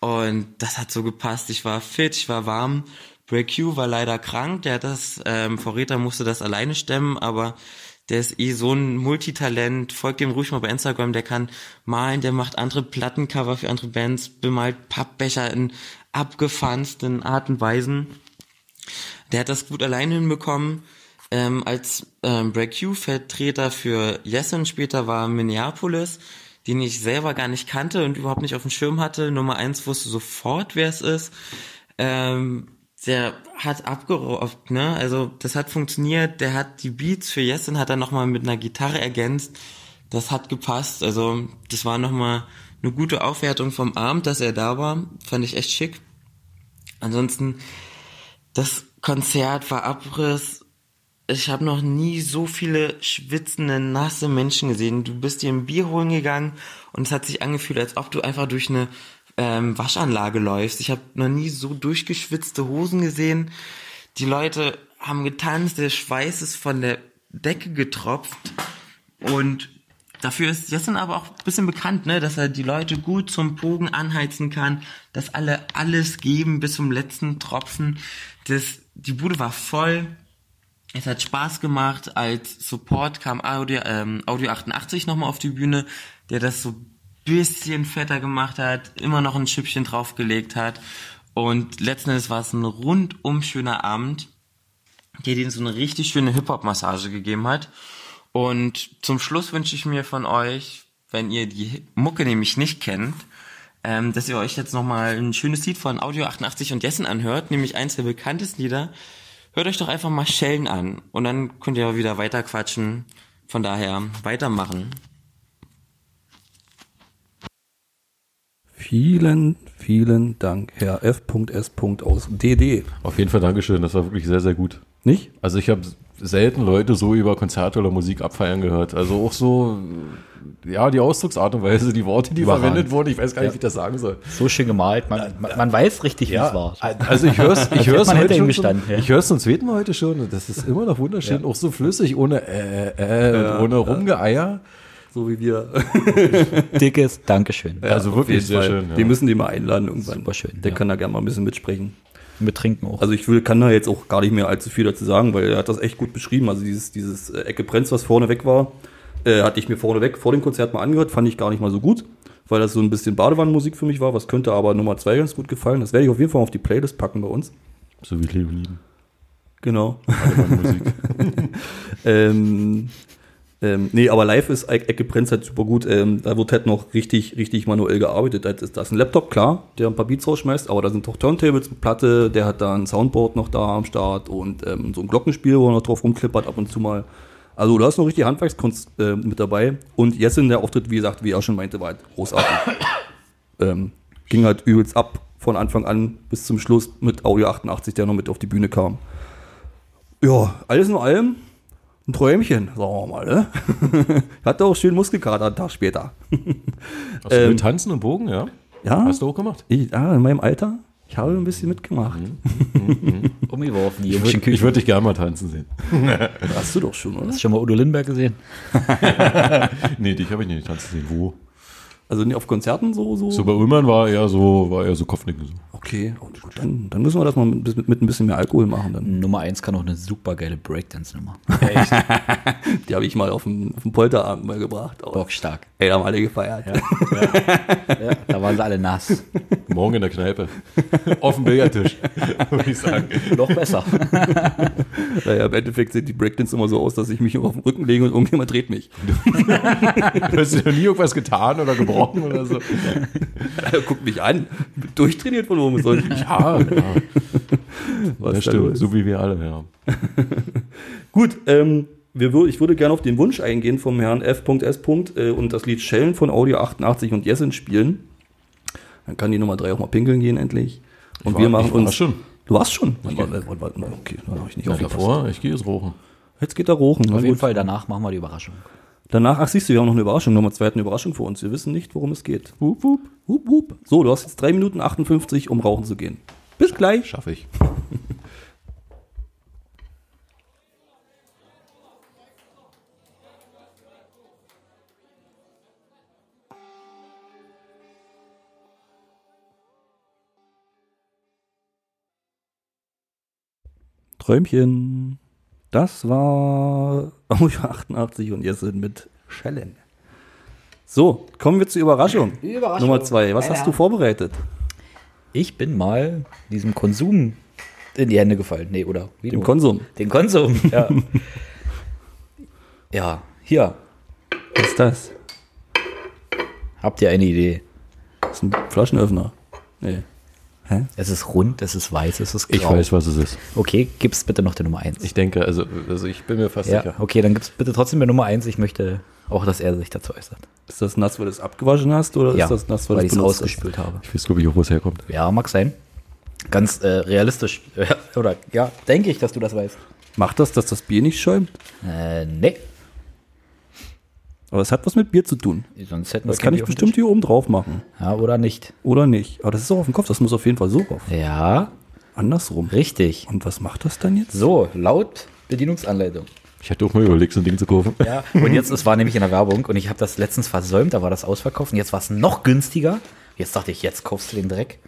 S5: Und das hat so gepasst. Ich war fit, ich war warm. Break Q war leider krank, der hat das, ähm, Vorräter musste das alleine stemmen, aber der ist eh so ein Multitalent. Folgt ihm ruhig mal bei Instagram. Der kann malen, der macht andere Plattencover für andere Bands, bemalt Pappbecher in abgefahrensten Art und Weisen. Der hat das gut allein hinbekommen. Ähm, als ähm, Break You-Vertreter für Yesin später war Minneapolis, den ich selber gar nicht kannte und überhaupt nicht auf dem Schirm hatte. Nummer eins wusste sofort, wer es ist. Ähm, der hat abgeraubt, ne? Also das hat funktioniert. Der hat die Beats für Yesin hat er nochmal mit einer Gitarre ergänzt. Das hat gepasst. Also das war nochmal eine gute Aufwertung vom Abend, dass er da war. Fand ich echt schick. Ansonsten das Konzert war Abriss. Ich habe noch nie so viele schwitzende, nasse Menschen gesehen. Du bist dir ein Bier holen gegangen und es hat sich angefühlt, als ob du einfach durch eine ähm, Waschanlage läufst. Ich habe noch nie so durchgeschwitzte Hosen gesehen. Die Leute haben getanzt, der Schweiß ist von der Decke getropft und dafür ist Jessen aber auch ein bisschen bekannt, ne, dass er die Leute gut zum Bogen anheizen kann, dass alle alles geben bis zum letzten Tropfen. Das, die Bude war voll. Es hat Spaß gemacht. Als Support kam Audio, ähm, Audio 88 nochmal auf die Bühne, der das so bisschen fetter gemacht hat, immer noch ein Schippchen draufgelegt hat. Und letzten Endes war es ein rundum schöner Abend, der denen so eine richtig schöne Hip-Hop-Massage gegeben hat. Und zum Schluss wünsche ich mir von euch, wenn ihr die Mucke nämlich nicht kennt, ähm, dass ihr euch jetzt nochmal ein schönes Lied von Audio 88 und Jessen anhört, nämlich eins der bekanntesten Lieder. Hört euch doch einfach mal Schellen an und dann könnt ihr wieder weiter quatschen. Von daher weitermachen.
S3: Vielen, vielen Dank, Herr F.S. aus DD.
S4: Auf jeden Fall Dankeschön, das war wirklich sehr, sehr gut.
S3: Nicht?
S4: Also ich habe selten Leute so über Konzerte oder Musik abfeiern gehört. Also auch so, ja, die Ausdrucksart und Weise, die Worte, die
S1: Überragend.
S4: verwendet wurden, ich weiß gar nicht, wie ich das sagen
S1: [LAUGHS]
S4: soll.
S1: So schön gemalt. Man, man, man weiß richtig, wie es war.
S4: also ich höre es ich
S1: hätte
S4: hör's
S1: man hinter
S4: heute
S1: ihm
S4: schon
S1: gestanden,
S4: zum,
S1: ja.
S4: ich hör's zum zweiten Mal heute schon und das ist immer noch wunderschön, auch so flüssig, ohne äh, äh, und ohne Rumgeeier.
S3: So wie wir.
S1: Dickes Dankeschön.
S4: also wirklich sehr schön.
S3: Wir müssen den mal einladen irgendwann.
S1: Superschön,
S3: Der
S1: ja.
S3: kann da gerne mal ein bisschen mitsprechen.
S1: Mit Trinken auch.
S3: Also ich will, kann da jetzt auch gar nicht mehr allzu viel dazu sagen, weil er hat das echt gut beschrieben. Also dieses, dieses äh, Ecke Brenz, was vorne weg war, äh, hatte ich mir vorne weg vor dem Konzert mal angehört, fand ich gar nicht mal so gut, weil das so ein bisschen Badewannenmusik für mich war. Was könnte aber Nummer zwei ganz gut gefallen. Das werde ich auf jeden Fall auf die Playlist packen bei uns.
S4: So wie Leoniden.
S3: Genau. [LAUGHS] ähm, ähm, nee, aber live ist E- Ecke Prenz halt super gut. Ähm, da wird halt noch richtig, richtig manuell gearbeitet. Da ist, da ist ein Laptop, klar, der ein paar Beats rausschmeißt, aber da sind auch Turntables mit Platte, der hat da ein Soundboard noch da am Start und ähm, so ein Glockenspiel, wo er noch drauf rumklippert ab und zu mal. Also da ist noch richtig Handwerkskunst äh, mit dabei. Und Jessin, der Auftritt, wie gesagt, wie er schon meinte, war halt großartig. ähm, ging halt übelst ab von Anfang an bis zum Schluss mit Audio 88, der noch mit auf die Bühne kam. Ja, alles in allem ein Träumchen, sagen wir mal. Ne? [LAUGHS] Hatte auch schön Muskelkater einen Tag später.
S4: Hast
S1: Ähm.
S4: du mit Tanzen und Bogen, ja?
S3: Ja,
S4: Hast du Mhm. auch gemacht?
S3: ich, ah, in meinem Alter, ich habe ein bisschen mitgemacht.
S1: Also- umgeworfen, die
S4: Ich würde würd dich gerne mal tanzen sehen. [LAUGHS]
S3: Hast du doch schon, oder?
S1: Hast du schon mal Udo Lindenberg gesehen?
S4: Nee, dich habe ich nicht tanzen sehen. Wo?
S3: Also nee, auf Konzerten so? so?
S4: So bei Ullmann war eher so, war eher so Kopfnicken. So.
S3: Okay, und dann, dann müssen wir das mal mit, mit ein bisschen mehr Alkohol machen. Dann.
S4: Mhm.
S1: Nummer 1 kann auch eine super geile Breakdance-Nummer.
S3: Oh.
S1: [LAUGHS]
S3: Die habe ich mal auf dem, auf dem Polterabend mal gebracht. Aber,
S1: Bockstark.
S3: ey, da haben alle gefeiert. [LAUGHS]
S1: Ja, da waren sie alle nass.
S4: Morgen in der Kneipe. Auf dem Billardtisch. [LAUGHS] Würde ich sagen.
S1: Noch besser.
S3: Naja, im Endeffekt sieht die Breakdance immer so aus, dass ich mich immer auf den Rücken lege und irgendjemand dreht mich. [LAUGHS]
S4: Hast du noch nie irgendwas getan oder gebrochen oder so?
S3: Er guckt mich an, durchtrainiert von oben. bis unten.
S4: [LAUGHS] Ja, ja
S3: Was
S4: das
S3: da los
S4: stimmt.
S3: ist.
S4: So wie wir alle, ja.
S3: Gut, ähm, wir wür- ich würde gerne auf den Wunsch eingehen vom Herrn F.S. Äh, und das Lied Schellen von Audio 88 und Jessin spielen. Dann kann die Nummer 3 auch mal pinkeln gehen endlich. Und
S4: war-
S3: wir machen
S4: ich war
S3: uns.
S4: schon.
S3: Du warst schon. Warte, warte, warte, okay, dann habe ich nicht
S4: ja
S3: aufgepasst.
S4: davor, ich gehe jetzt rauchen.
S3: Jetzt geht er rochen.
S1: Auf
S3: Na
S1: jeden
S3: gut.
S1: Fall, danach machen wir die Überraschung.
S3: Danach, ach siehst du, wir haben noch eine Überraschung, nochmal zweite eine Überraschung für uns. Wir wissen nicht, worum es geht. Wup, wup. Wup, wup. So, du hast jetzt 3 Minuten 58, um rauchen zu gehen. Bis gleich.
S4: Schaffe ich.
S3: Träumchen. Das war [LAUGHS] Audio 88 und jetzt sind mit Schellen. So, kommen wir zur Überraschung.
S1: Überraschung.
S3: Nummer zwei. Was hast du vorbereitet?
S1: Ich bin mal diesem Konsum in die Hände gefallen. Nee, oder? Wie
S3: Dem
S1: nur?
S3: Konsum.
S1: Den Konsum, ja. [LAUGHS] ja, hier.
S3: Was ist das?
S1: Habt ihr eine Idee?
S3: Das ist ein Flaschenöffner. Nee.
S1: Es ist rund, es ist weiß, es ist grau.
S4: Ich weiß, was es ist.
S1: Okay, gib's bitte noch der Nummer 1.
S4: Ich denke, also, also ich bin mir fast
S1: ja,
S4: sicher.
S1: okay, dann gibt's bitte trotzdem der Nummer 1. Ich möchte auch, dass er sich dazu äußert.
S3: Ist das nass, weil du es abgewaschen hast oder
S1: ja,
S3: ist das nass, weil,
S1: weil
S3: du
S1: ich
S3: es
S1: es
S3: benutzt
S1: rausgespült habe.
S4: Ich weiß, glaube ich, auch, wo es herkommt.
S1: Ja, mag sein. Ganz äh, realistisch. [LAUGHS] Oder ja, denke ich, dass du das weißt.
S3: hast? Macht das, dass das Bier nicht schäumt?
S1: Äh, nee.
S3: Aber es hat was mit Bier zu tun.
S1: Sonst hätten wir
S3: Das
S1: kein
S3: kann
S1: Bier
S3: ich
S1: auf dem
S3: bestimmt hier oben drauf machen.
S1: Tisch. Ja, oder nicht?
S3: Oder nicht? Aber das ist auch auf dem Kopf. Das muss auf jeden Fall so rauf.
S1: Ja,
S3: Andersrum.
S1: richtig.
S3: Und was macht das dann jetzt?
S1: So, laut Bedienungsanleitung.
S4: Ich hätte auch mal überlegt, so ein Ding zu kaufen.
S1: Ja, und jetzt, es war nämlich in der Werbung und ich habe das letztens versäumt, da war das ausverkauft und jetzt war es noch günstiger. Jetzt dachte ich, jetzt kaufst du den Dreck.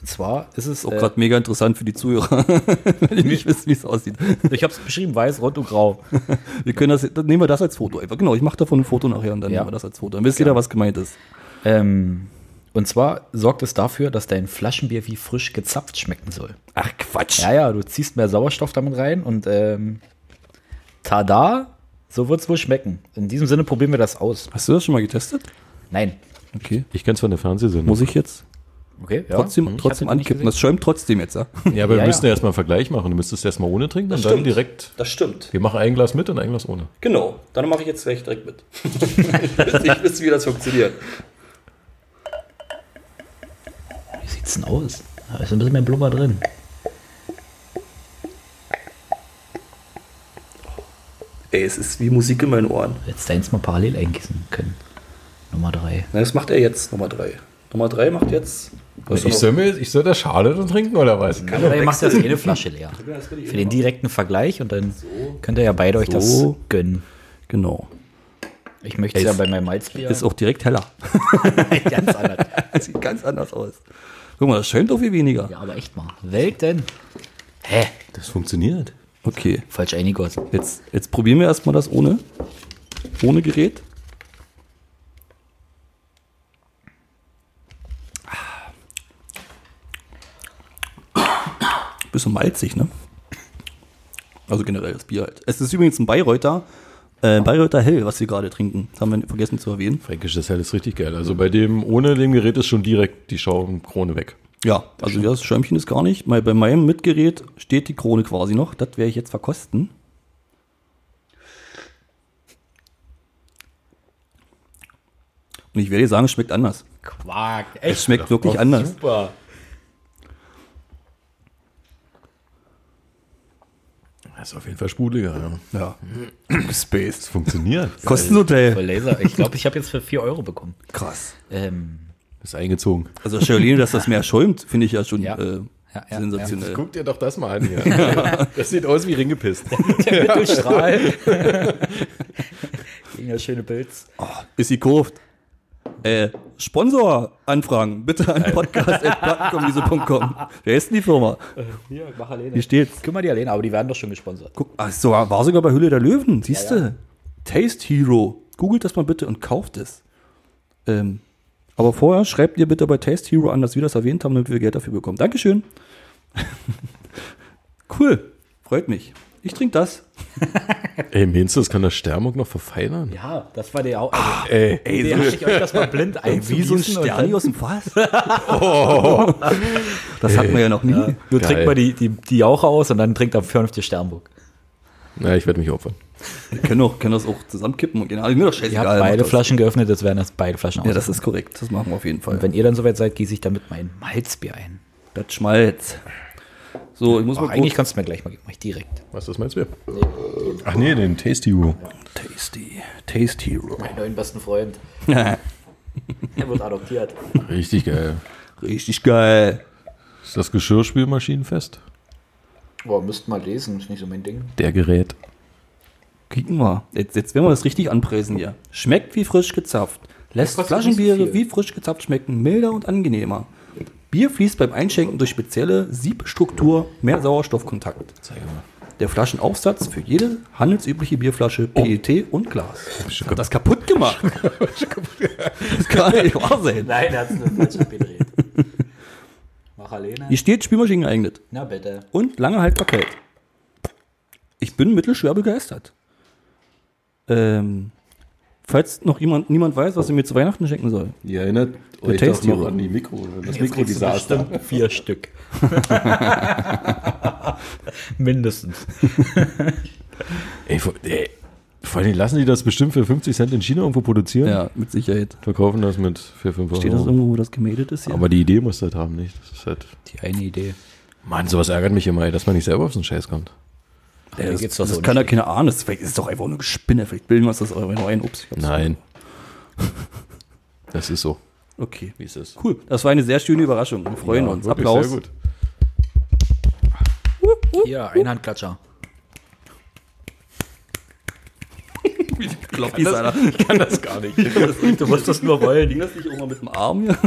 S1: Und zwar ist es,
S3: Auch
S1: äh,
S3: gerade mega interessant für die Zuhörer, [LAUGHS] wenn die nicht wissen, wie es aussieht.
S1: ich habe es beschrieben, weiß, rot und grau.
S3: Wir können das, dann nehmen wir das als Foto einfach. Genau, ich mache davon ein Foto nachher und dann
S1: Ja.
S3: nehmen wir das als Foto. Dann wisst ihr da, was gemeint ist.
S1: Ähm, und zwar sorgt es dafür, dass dein Flaschenbier wie frisch gezapft schmecken soll.
S3: Ach Quatsch.
S1: Ja, ja, du ziehst mehr Sauerstoff damit rein und ähm, tada, so wird es wohl schmecken. In diesem Sinne probieren wir das aus.
S3: Hast du das schon mal getestet?
S1: Nein.
S3: Okay.
S4: Ich kenn's von der Fernsehsendung.
S3: Muss ich jetzt
S1: Okay, ja.
S3: trotzdem,
S1: Ich
S3: trotzdem
S1: hab's jetzt nicht
S3: ankippen? Das schäumt trotzdem jetzt, ja?
S4: Ja, aber
S1: Ja,
S4: wir müssen
S1: ja.
S4: ja erstmal einen Vergleich machen. Du müsstest erstmal ohne trinken und dann direkt.
S3: [LAUGHS] Das stimmt.
S4: Wir machen ein Glas mit und ein Glas ohne.
S3: Genau. Dann mache ich jetzt gleich direkt [LAUGHS] mit. ich wüsste, wie das funktioniert.
S1: gesehen. Wie sieht's denn aus? Da ist ein bisschen mehr Blubber drin.
S3: Ey, es ist wie Musik in meinen Ohren.
S1: Jetzt deins mal parallel eingießen können. Nummer drei.
S3: Na, das macht er jetzt, Nummer 3. Nummer 3 macht jetzt.
S4: Was, ich, soll mir, ich soll das Schale dann trinken oder was?
S1: Oder ihr macht jetzt jede Flasche leer. Für den direkten Vergleich und dann könnt ihr ja beide euch
S3: So.
S1: das gönnen.
S3: Genau.
S1: Ich möchte es ja bei meinem Malzbier
S3: Ist auch direkt heller. [LAUGHS]
S1: ganz anders.
S3: Das sieht ganz anders aus. Guck mal, das schäumt doch viel weniger.
S1: Ja, aber echt mal. Welt denn? Hä?
S4: Das funktioniert.
S3: Okay,
S1: Falsch eingegossen.
S3: jetzt, jetzt probieren wir erstmal das ohne. Ohne Gerät. Ah. Bisschen malzig, ne? Also generell das Bier halt. Es ist übrigens ein Bayreuther, äh, Bayreuther Hell, was wir gerade trinken. Das haben wir vergessen zu erwähnen.
S4: Fränkisch, das Hell ist richtig geil. Also bei dem, ohne dem Gerät ist schon direkt die Schaumkrone weg.
S3: Ja, also das Schirmchen ist gar nicht. Bei, bei meinem Mitgerät steht die Krone quasi noch. Das werde ich jetzt verkosten. Und ich werde dir sagen, es schmeckt anders.
S1: Quark.
S3: Es schmeckt wirklich anders.
S1: super.
S4: Das ist auf jeden Fall sprudeliger.
S3: Ja.
S4: Ja. Space. Funktioniert.
S1: Voll
S3: Kostenhotel.
S1: Laser. Ich glaube, ich habe jetzt für 4 Euro bekommen.
S3: Krass.
S1: Ähm,
S4: Ist eingezogen.
S3: Also Charlene, dass das mehr schäumt, finde ich ja schon
S1: Ja.
S3: Äh,
S1: Ja, ja,
S3: sensationell.
S4: Also Guck dir doch das mal an hier. [LAUGHS] Das sieht aus wie Ringepiss.
S1: der [LAUGHS] Mittelstrahl. Gegen das schöne Pilz.
S3: Ist sie kurvt. Äh, Sponsor-Anfragen bitte an podcast.plattenkommiese.com. Wer ist denn die Firma?
S1: Hier, mach alleine.
S3: Hier steht's.
S1: Kümmer die alleine, aber die werden doch schon gesponsert.
S3: Guck, ach, so, war sogar bei Hülle der Löwen, siehst du? Taste Hero. Googelt das mal bitte und kauft es. Ähm, aber vorher schreibt ihr bitte bei Taste Hero an, dass wir das erwähnt haben, damit wir Geld dafür bekommen. Dankeschön. [LAUGHS] cool. Freut mich. Ich trinke das.
S4: Ey, meinst du, das kann das Stärmung noch verfeinern?
S1: Ja, das war der auch. Also,
S4: Ey,
S1: der hat sich euch das mal blind einzugießen und dann-
S3: aus dem [LAUGHS] Fass.
S1: Oh.
S3: das hatten wir ja noch nie.
S1: Du
S4: Geil.
S1: trinkt mal die, die, die Jauche aus und dann trinkt er vernünftig Sternburg.
S4: na, ich werde mich opfern.
S3: Wir können, auch, können das auch zusammenkippen und gehen. Also, mir doch
S1: Ihr
S3: scheißegal.
S1: habt
S3: macht
S1: beide
S3: das.
S1: Flaschen geöffnet, jetzt werden das beide Flaschen aus.
S3: Ja, das ist korrekt. Das machen wir auf jeden Fall.
S1: und wenn ihr dann soweit seid, gieße ich damit mein Malzbier ein.
S3: das schmalz. So, ich muss
S1: Ach,
S3: mal
S1: eigentlich kannst du mir gleich mal geben, mach ich direkt.
S4: Was, das meinst du? Ach nee, den Tasty Room.
S3: Tasty. Taste Hero.
S1: Mein neuen besten [LAUGHS] Freund. Er wird adoptiert.
S4: Richtig geil.
S3: Richtig geil.
S4: Ist das Geschirrspülmaschinenfest?
S1: Boah, müsst mal lesen, ist nicht so mein Ding.
S4: Der Gerät.
S3: Kicken wir. Jetzt, jetzt werden wir das richtig anpreisen hier. Schmeckt wie frisch gezapft. Lässt
S1: kostet
S3: Flaschenbiere
S1: nicht so viel.
S3: wie frisch gezapft schmecken milder und angenehmer. Bier fließt beim Einschenken durch spezielle Siebstruktur mehr Sauerstoffkontakt.
S4: Zeige mal.
S3: Der Flaschenaufsatz für jede handelsübliche Bierflasche, PET und Glas. Ich Oh. hab das kaputt gemacht. [LAUGHS] das kann nicht wahr [LAUGHS] sein.
S1: Nein, er hat es nur [LAUGHS] falsch abgedreht. Mach alleine.
S3: Hier steht Spielmaschinen geeignet.
S1: Na bitte.
S3: und lange Haltbarkeit. Ich bin mittelschwer begeistert. Ähm, falls noch jemand, niemand weiß, was er mir zu Weihnachten schenken soll.
S2: Ihr erinnert
S3: euch
S2: euch
S3: doch
S2: doch
S3: Tasty noch Roll.
S2: noch
S3: an
S2: an die Mikro, das Mikrodesaster.
S1: Mikrodesaster. Vier [LAUGHS] Stück. Mindestens.
S4: Ey, vor, ey, vor allem lassen die das bestimmt für 50 Cent in China irgendwo produzieren.
S3: mit Sicherheit. Also-
S4: Verkaufen das mit 4, 5 Euro.
S3: ne? Steht das irgendwo, wo das gemeldet ist hier?
S4: Aber die Idee muss das haben, nicht? Das ist halt
S1: Die eine Idee.
S4: Mann, sowas ärgert mich immer, ey, dass man nicht selber auf so einen Scheiß kommt.
S3: Ey, das
S1: geht's doch
S3: das
S1: so
S3: kann ja keine Ahnung. Das vielleicht ist es doch einfach nur Gespinne. Vielleicht bilden wir uns das auch noch ein. Ups. ich hab's-
S4: Nein. Das ist so.
S3: Okay.
S4: Wie es ist.
S3: Cool. Das war eine sehr schöne Überraschung. Wir freuen uns. Applaus.
S4: Sehr gut.
S1: Hier, Einhandklatscher.
S3: Kloppt die Alter. Ich kann das gar [LAUGHS] nicht. du musst das nur wollen. Ging das nicht auch mal mit dem Arm hier?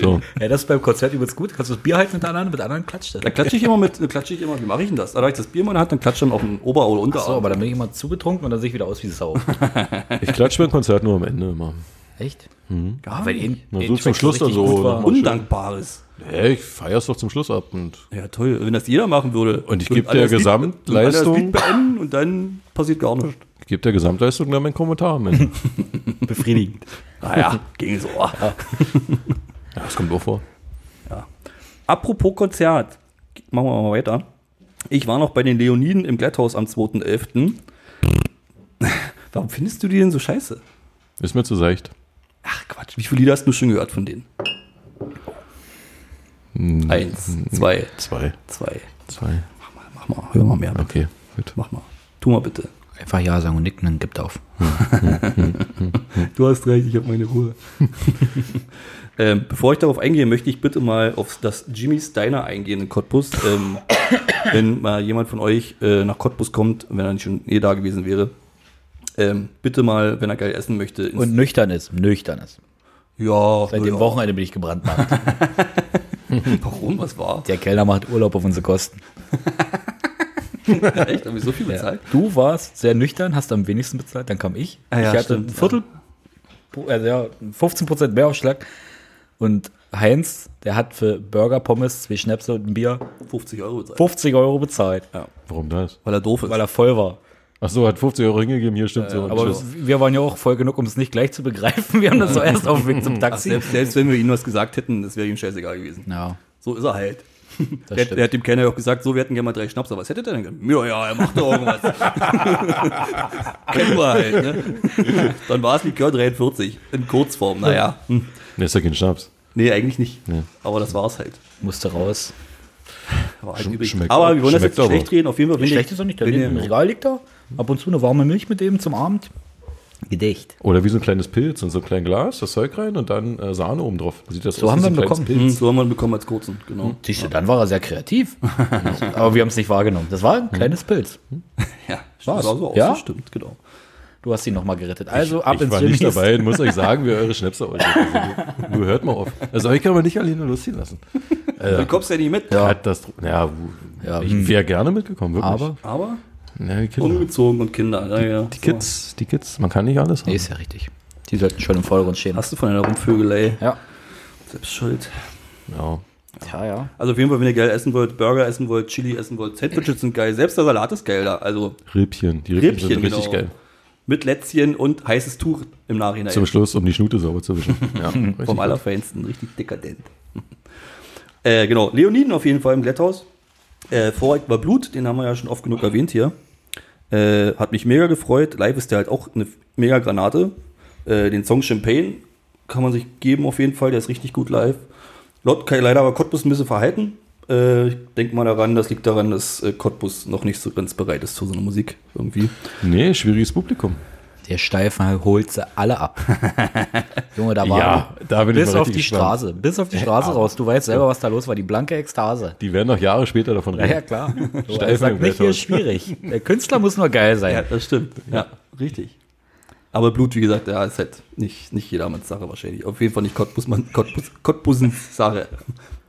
S4: So.
S1: Ja, das ist beim Konzert übrigens gut. Kannst du das Bier halten mit anderen, mit anderen klatscht das.
S3: Da klatsche ich immer mit, da klatsche ich immer, wie mache ich denn das? Da ich das Bier in meiner Hand, dann klatsche ich dann auf den Ober- oder Unterarm.
S1: So, aber dann bin ich immer zugetrunken und dann sehe ich wieder aus wie Sau.
S4: Ich klatsche beim Konzert nur am Ende immer.
S1: [LAUGHS] Echt?
S3: Gar
S1: Hm. Weil
S3: nicht.
S1: eben,
S4: Na, so zum Schluss dann
S1: richtig
S4: so.
S1: gut war.
S4: nochmal schön.
S3: Undankbares.
S4: Hey, ich feier's doch zum Schluss ab und
S3: Ja, toll. Wenn das jeder machen würde.
S4: Und ich
S3: Würden
S4: geb der
S3: alle das Lied-
S4: Gesamtleistung-
S3: würden alle das Lied beenden und dann passiert gar nichts.
S4: gebe der Gesamtleistung dann meinen Kommentar am [LAUGHS] Ende.
S1: befriedigend.
S3: [LAUGHS] Naja, ging so.
S4: Ja, das kommt auch vor.
S3: Apropos Konzert. Machen wir mal weiter. Ich war noch bei den Leoniden im Glatthaus am 2.11. Warum findest du die denn so scheiße?
S4: Ist mir zu seicht.
S3: Ach Quatsch, wie viele Lieder hast du schon gehört von denen?
S4: Hm.
S3: Eins, zwei,
S4: Zwei.
S3: zwei.
S4: Zwei.
S3: Mach mal, mach mal, hör mal mehr. bitte.
S4: Okay, gut.
S3: Mach mal. Tu mal bitte.
S1: Einfach Ja sagen und nicken, dann gibt auf.
S3: Du hast recht, ich habe meine Ruhe. [LAUGHS] ähm, bevor ich darauf eingehe, möchte ich bitte mal auf das Jimmy's Diner eingehen in Cottbus. Ähm, wenn mal jemand von euch äh, nach Cottbus kommt, wenn er nicht schon eh da gewesen wäre, ähm, bitte mal, wenn er geil essen möchte. ins-
S1: Und nüchtern ist, nüchtern ist.
S3: ja,
S1: Seit dem
S3: ja.
S1: Wochenende bin ich gebrannt. Mann.
S3: [LAUGHS] Warum? Was war?
S1: Der Kellner macht Urlaub auf unsere Kosten.
S3: [LAUGHS] Echt? Haben wir so viel bezahlt?
S1: Du warst sehr nüchtern, hast am wenigsten bezahlt, dann kam ich.
S3: Ah ja,
S1: ich hatte
S3: stimmt,
S1: ein Viertel, also ja, 15% Mehrausschlag. Und Heinz, der hat für Burger, Pommes, zwei Schnäpse und ein Bier
S3: 50 Euro bezahlt.
S1: 50 Euro bezahlt,
S4: Warum das?
S3: Weil er doof ist.
S1: weil er voll war.
S4: Achso, hat 50 Euro hingegeben, hier stimmt so.
S1: Aber
S4: Tschüss.
S1: wir waren ja auch voll genug, um es nicht gleich zu begreifen. Wir haben
S3: [LAUGHS]
S1: das so erst auf dem Weg zum
S3: Ach,
S1: Taxi.
S3: selbst, selbst wenn wir ihm was gesagt hätten, das wäre ihm scheißegal gewesen.
S1: Ja,
S3: So ist
S4: [LAUGHS]
S3: er halt.
S1: das
S3: Der,
S1: stimmt.
S3: der hat dem Kellner ja auch gesagt, so, wir hätten gerne mal drei Schnaps, aber was hättet ihr denn gern? Ja, ja, er macht
S4: [LAUGHS]
S3: doch irgendwas. Kennen wir halt, ne? Dann war es Likör 43, in Kurzform, naja. Hm.
S4: Nee, ist ja kein Schnaps.
S3: Nee, eigentlich nicht. Aber das war's halt.
S1: musste raus.
S3: War halt
S4: Schm-
S3: übrig.
S4: schmeckt
S3: aber
S4: auch-
S3: wir wollen das
S4: schmeckt
S3: jetzt nicht
S4: aber.
S3: schlecht reden, auf jeden Fall. bin ich-
S1: Schlecht ist auch nicht, der
S3: bin
S1: im
S3: ich-
S1: Regal liegt da. Ab und zu eine warme Milch mit dem zum Abend. Gedicht.
S4: Oder wie so ein kleines Pilz in so ein kleines Glas, das Zeug rein und dann äh, Sahne oben drauf. Sieht das
S1: So
S4: aus
S1: haben
S4: wie
S1: wir ihn
S4: ein kleines
S1: bekommen.
S4: Pilz?
S3: Hm, So haben wir ihn bekommen als kurzen,
S4: Hm.
S3: genau.
S1: Siehst du, dann war er sehr
S4: [LAUGHS]
S1: kreativ. Aber wir haben es nicht wahrgenommen. Das war
S4: Hm.
S1: ein kleines Pilz.
S3: Ja,
S1: War's?
S3: sah so aus,
S1: Ja?
S3: das stimmt, genau.
S1: Du hast ihn nochmal gerettet. Also ab
S4: Ich
S1: ins
S4: war nicht
S1: Jimmy's.
S4: dabei und muss euch sagen, wie eure Schnäpse euch. Also, nur hört mal auf. Also euch kann man nicht alleine losziehen lassen.
S3: Du kommst ja nicht mit,
S4: Ja. Katastrophe. Ja,
S1: Ja,
S4: ich
S1: hm.
S4: wäre gerne mitgekommen, wirklich.
S1: Aber-
S3: aber
S4: ja, die, Kinder.
S3: ungezogen und Kinder. Ja, ja.
S4: die Kids, die Kids, man kann nicht alles haben.
S1: Nee, ist ja richtig. Die sollten schon im Vordergrund stehen.
S3: Hast du von einer Rumvögelei?
S1: Ja.
S3: Selbst schuld.
S4: Ja.
S1: Ja, ja.
S3: Also auf jeden Fall, wenn ihr geil essen wollt, Burger essen wollt, Chili essen wollt, Sandwiches sind geil, selbst der Salat ist geil da. Also
S4: Rippchen, die Rippchen,
S3: Rippchen,
S4: sind richtig
S3: genau.
S4: geil.
S3: Mit Lätzchen und heißes Tuch im Nachhinein.
S4: Zum Schluss, um die Schnute sauber
S1: [LAUGHS]
S4: zu wischen. Ja, richtig
S3: Vom
S4: gut.
S3: Allerfeinsten, richtig dekadent. [LAUGHS] äh, genau, Leoniden auf jeden Fall im Glätthaus. Äh, Vorreiter war Blut, den haben wir ja schon oft genug erwähnt hier. Äh, hat mich mega gefreut. Live ist der halt auch eine mega Granate. Äh, den Song Champagne kann man sich geben auf jeden Fall, der ist richtig gut live. Lot kann leider aber Cottbus ein bisschen verhalten. Äh, ich denke mal daran, das liegt daran, dass äh, Cottbus noch nicht so ganz bereit ist zu so einer Musik irgendwie.
S4: Nee, schwieriges Publikum.
S1: Der Steifen holt sie alle
S4: [LAUGHS]
S1: ab. Junge, da war
S4: Ja, da bin ich
S1: bis
S4: mal
S1: auf die
S4: richtig gespannt.
S1: Straße, bis auf die Straße raus. Du weißt selber, was da los war. Die blanke Ekstase.
S4: Die werden noch Jahre später davon
S1: Ja,
S4: reden.
S1: ja
S4: [LAUGHS]
S1: klar. So,
S4: Steifen
S1: ich sag
S4: im
S1: nicht, hier
S4: Ghetto.
S1: ist schwierig. Der Künstler muss nur geil sein.
S3: das stimmt. Äh, Ja, richtig. Aber Blut, wie gesagt, ja, ist halt nicht, nicht jedermanns Sache wahrscheinlich. Auf jeden Fall nicht Cottbus, Cottbus, Cottbusens Sache.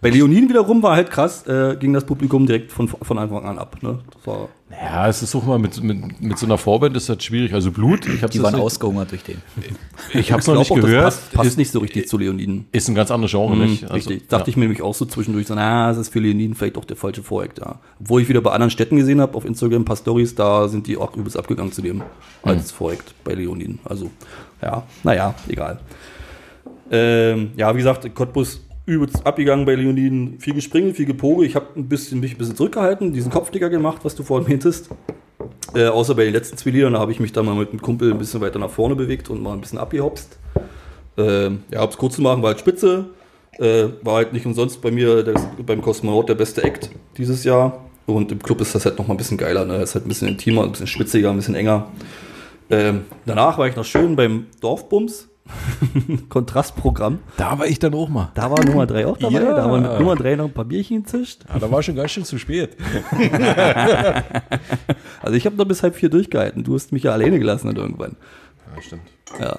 S3: Bei Leoniden wiederum war halt krass, äh, ging das Publikum direkt von, von Anfang an ab. Ne? Das war,
S4: Ja, es ist auch mal mit, mit, mit so einer Vorband ist das schwierig. Also Blut, ich hab's,
S1: Die
S4: das
S1: waren
S4: nicht,
S1: ausgehungert durch den.
S4: ich hab's noch nicht
S3: glaub auch,
S4: gehört.
S3: Das passt, passt
S4: ist,
S3: nicht so richtig zu Leoniden.
S4: ist ein ganz anderes Genre, nicht? Also,
S3: Mhm, richtig. Dachte ich mir nämlich auch so zwischendurch, so, na, das ist für Leoniden vielleicht auch der falsche Vorhack da. Obwohl ich wieder bei anderen Städten gesehen habe, auf Instagram ein paar Stories, da sind die auch übelst abgegangen zu
S4: Mhm.
S3: dem als Vorhack bei Leoniden. Also, ja, naja, egal. Ähm, ja, wie gesagt, Cottbus übelst abgegangen bei Leoniden. Viel gespringe, viel gepoge. Ich habe ein bisschen, mich ein bisschen zurückgehalten, diesen Kopfdicker gemacht, was du vorhin meintest. Äh, außer bei den letzten zwei Liedern, da habe ich mich dann mal mit einem Kumpel ein bisschen weiter nach vorne bewegt und mal ein bisschen abgehopst. Ähm, ja, um es kurz zu machen, war halt spitze. Äh, war halt nicht umsonst bei mir das, beim Kosmonaut der beste Act dieses Jahr. Und im Club ist das halt noch mal ein bisschen geiler. Ne? Ist halt ein bisschen intimer, ein bisschen spitziger, ein bisschen enger. Ähm, danach war ich noch schön beim Dorfbums. [LAUGHS] Kontrastprogramm.
S4: Da war ich dann auch mal.
S3: Da war Nummer 3 auch dabei.
S4: Ja.
S3: Da war mit Nummer 3 noch ein paar Bierchen gezischt.
S4: Ja, da war schon ganz schön zu spät.
S3: Also ich habe da bis halb vier durchgehalten. Du hast mich ja alleine gelassen dann irgendwann.
S4: Ja, stimmt.
S3: Ja.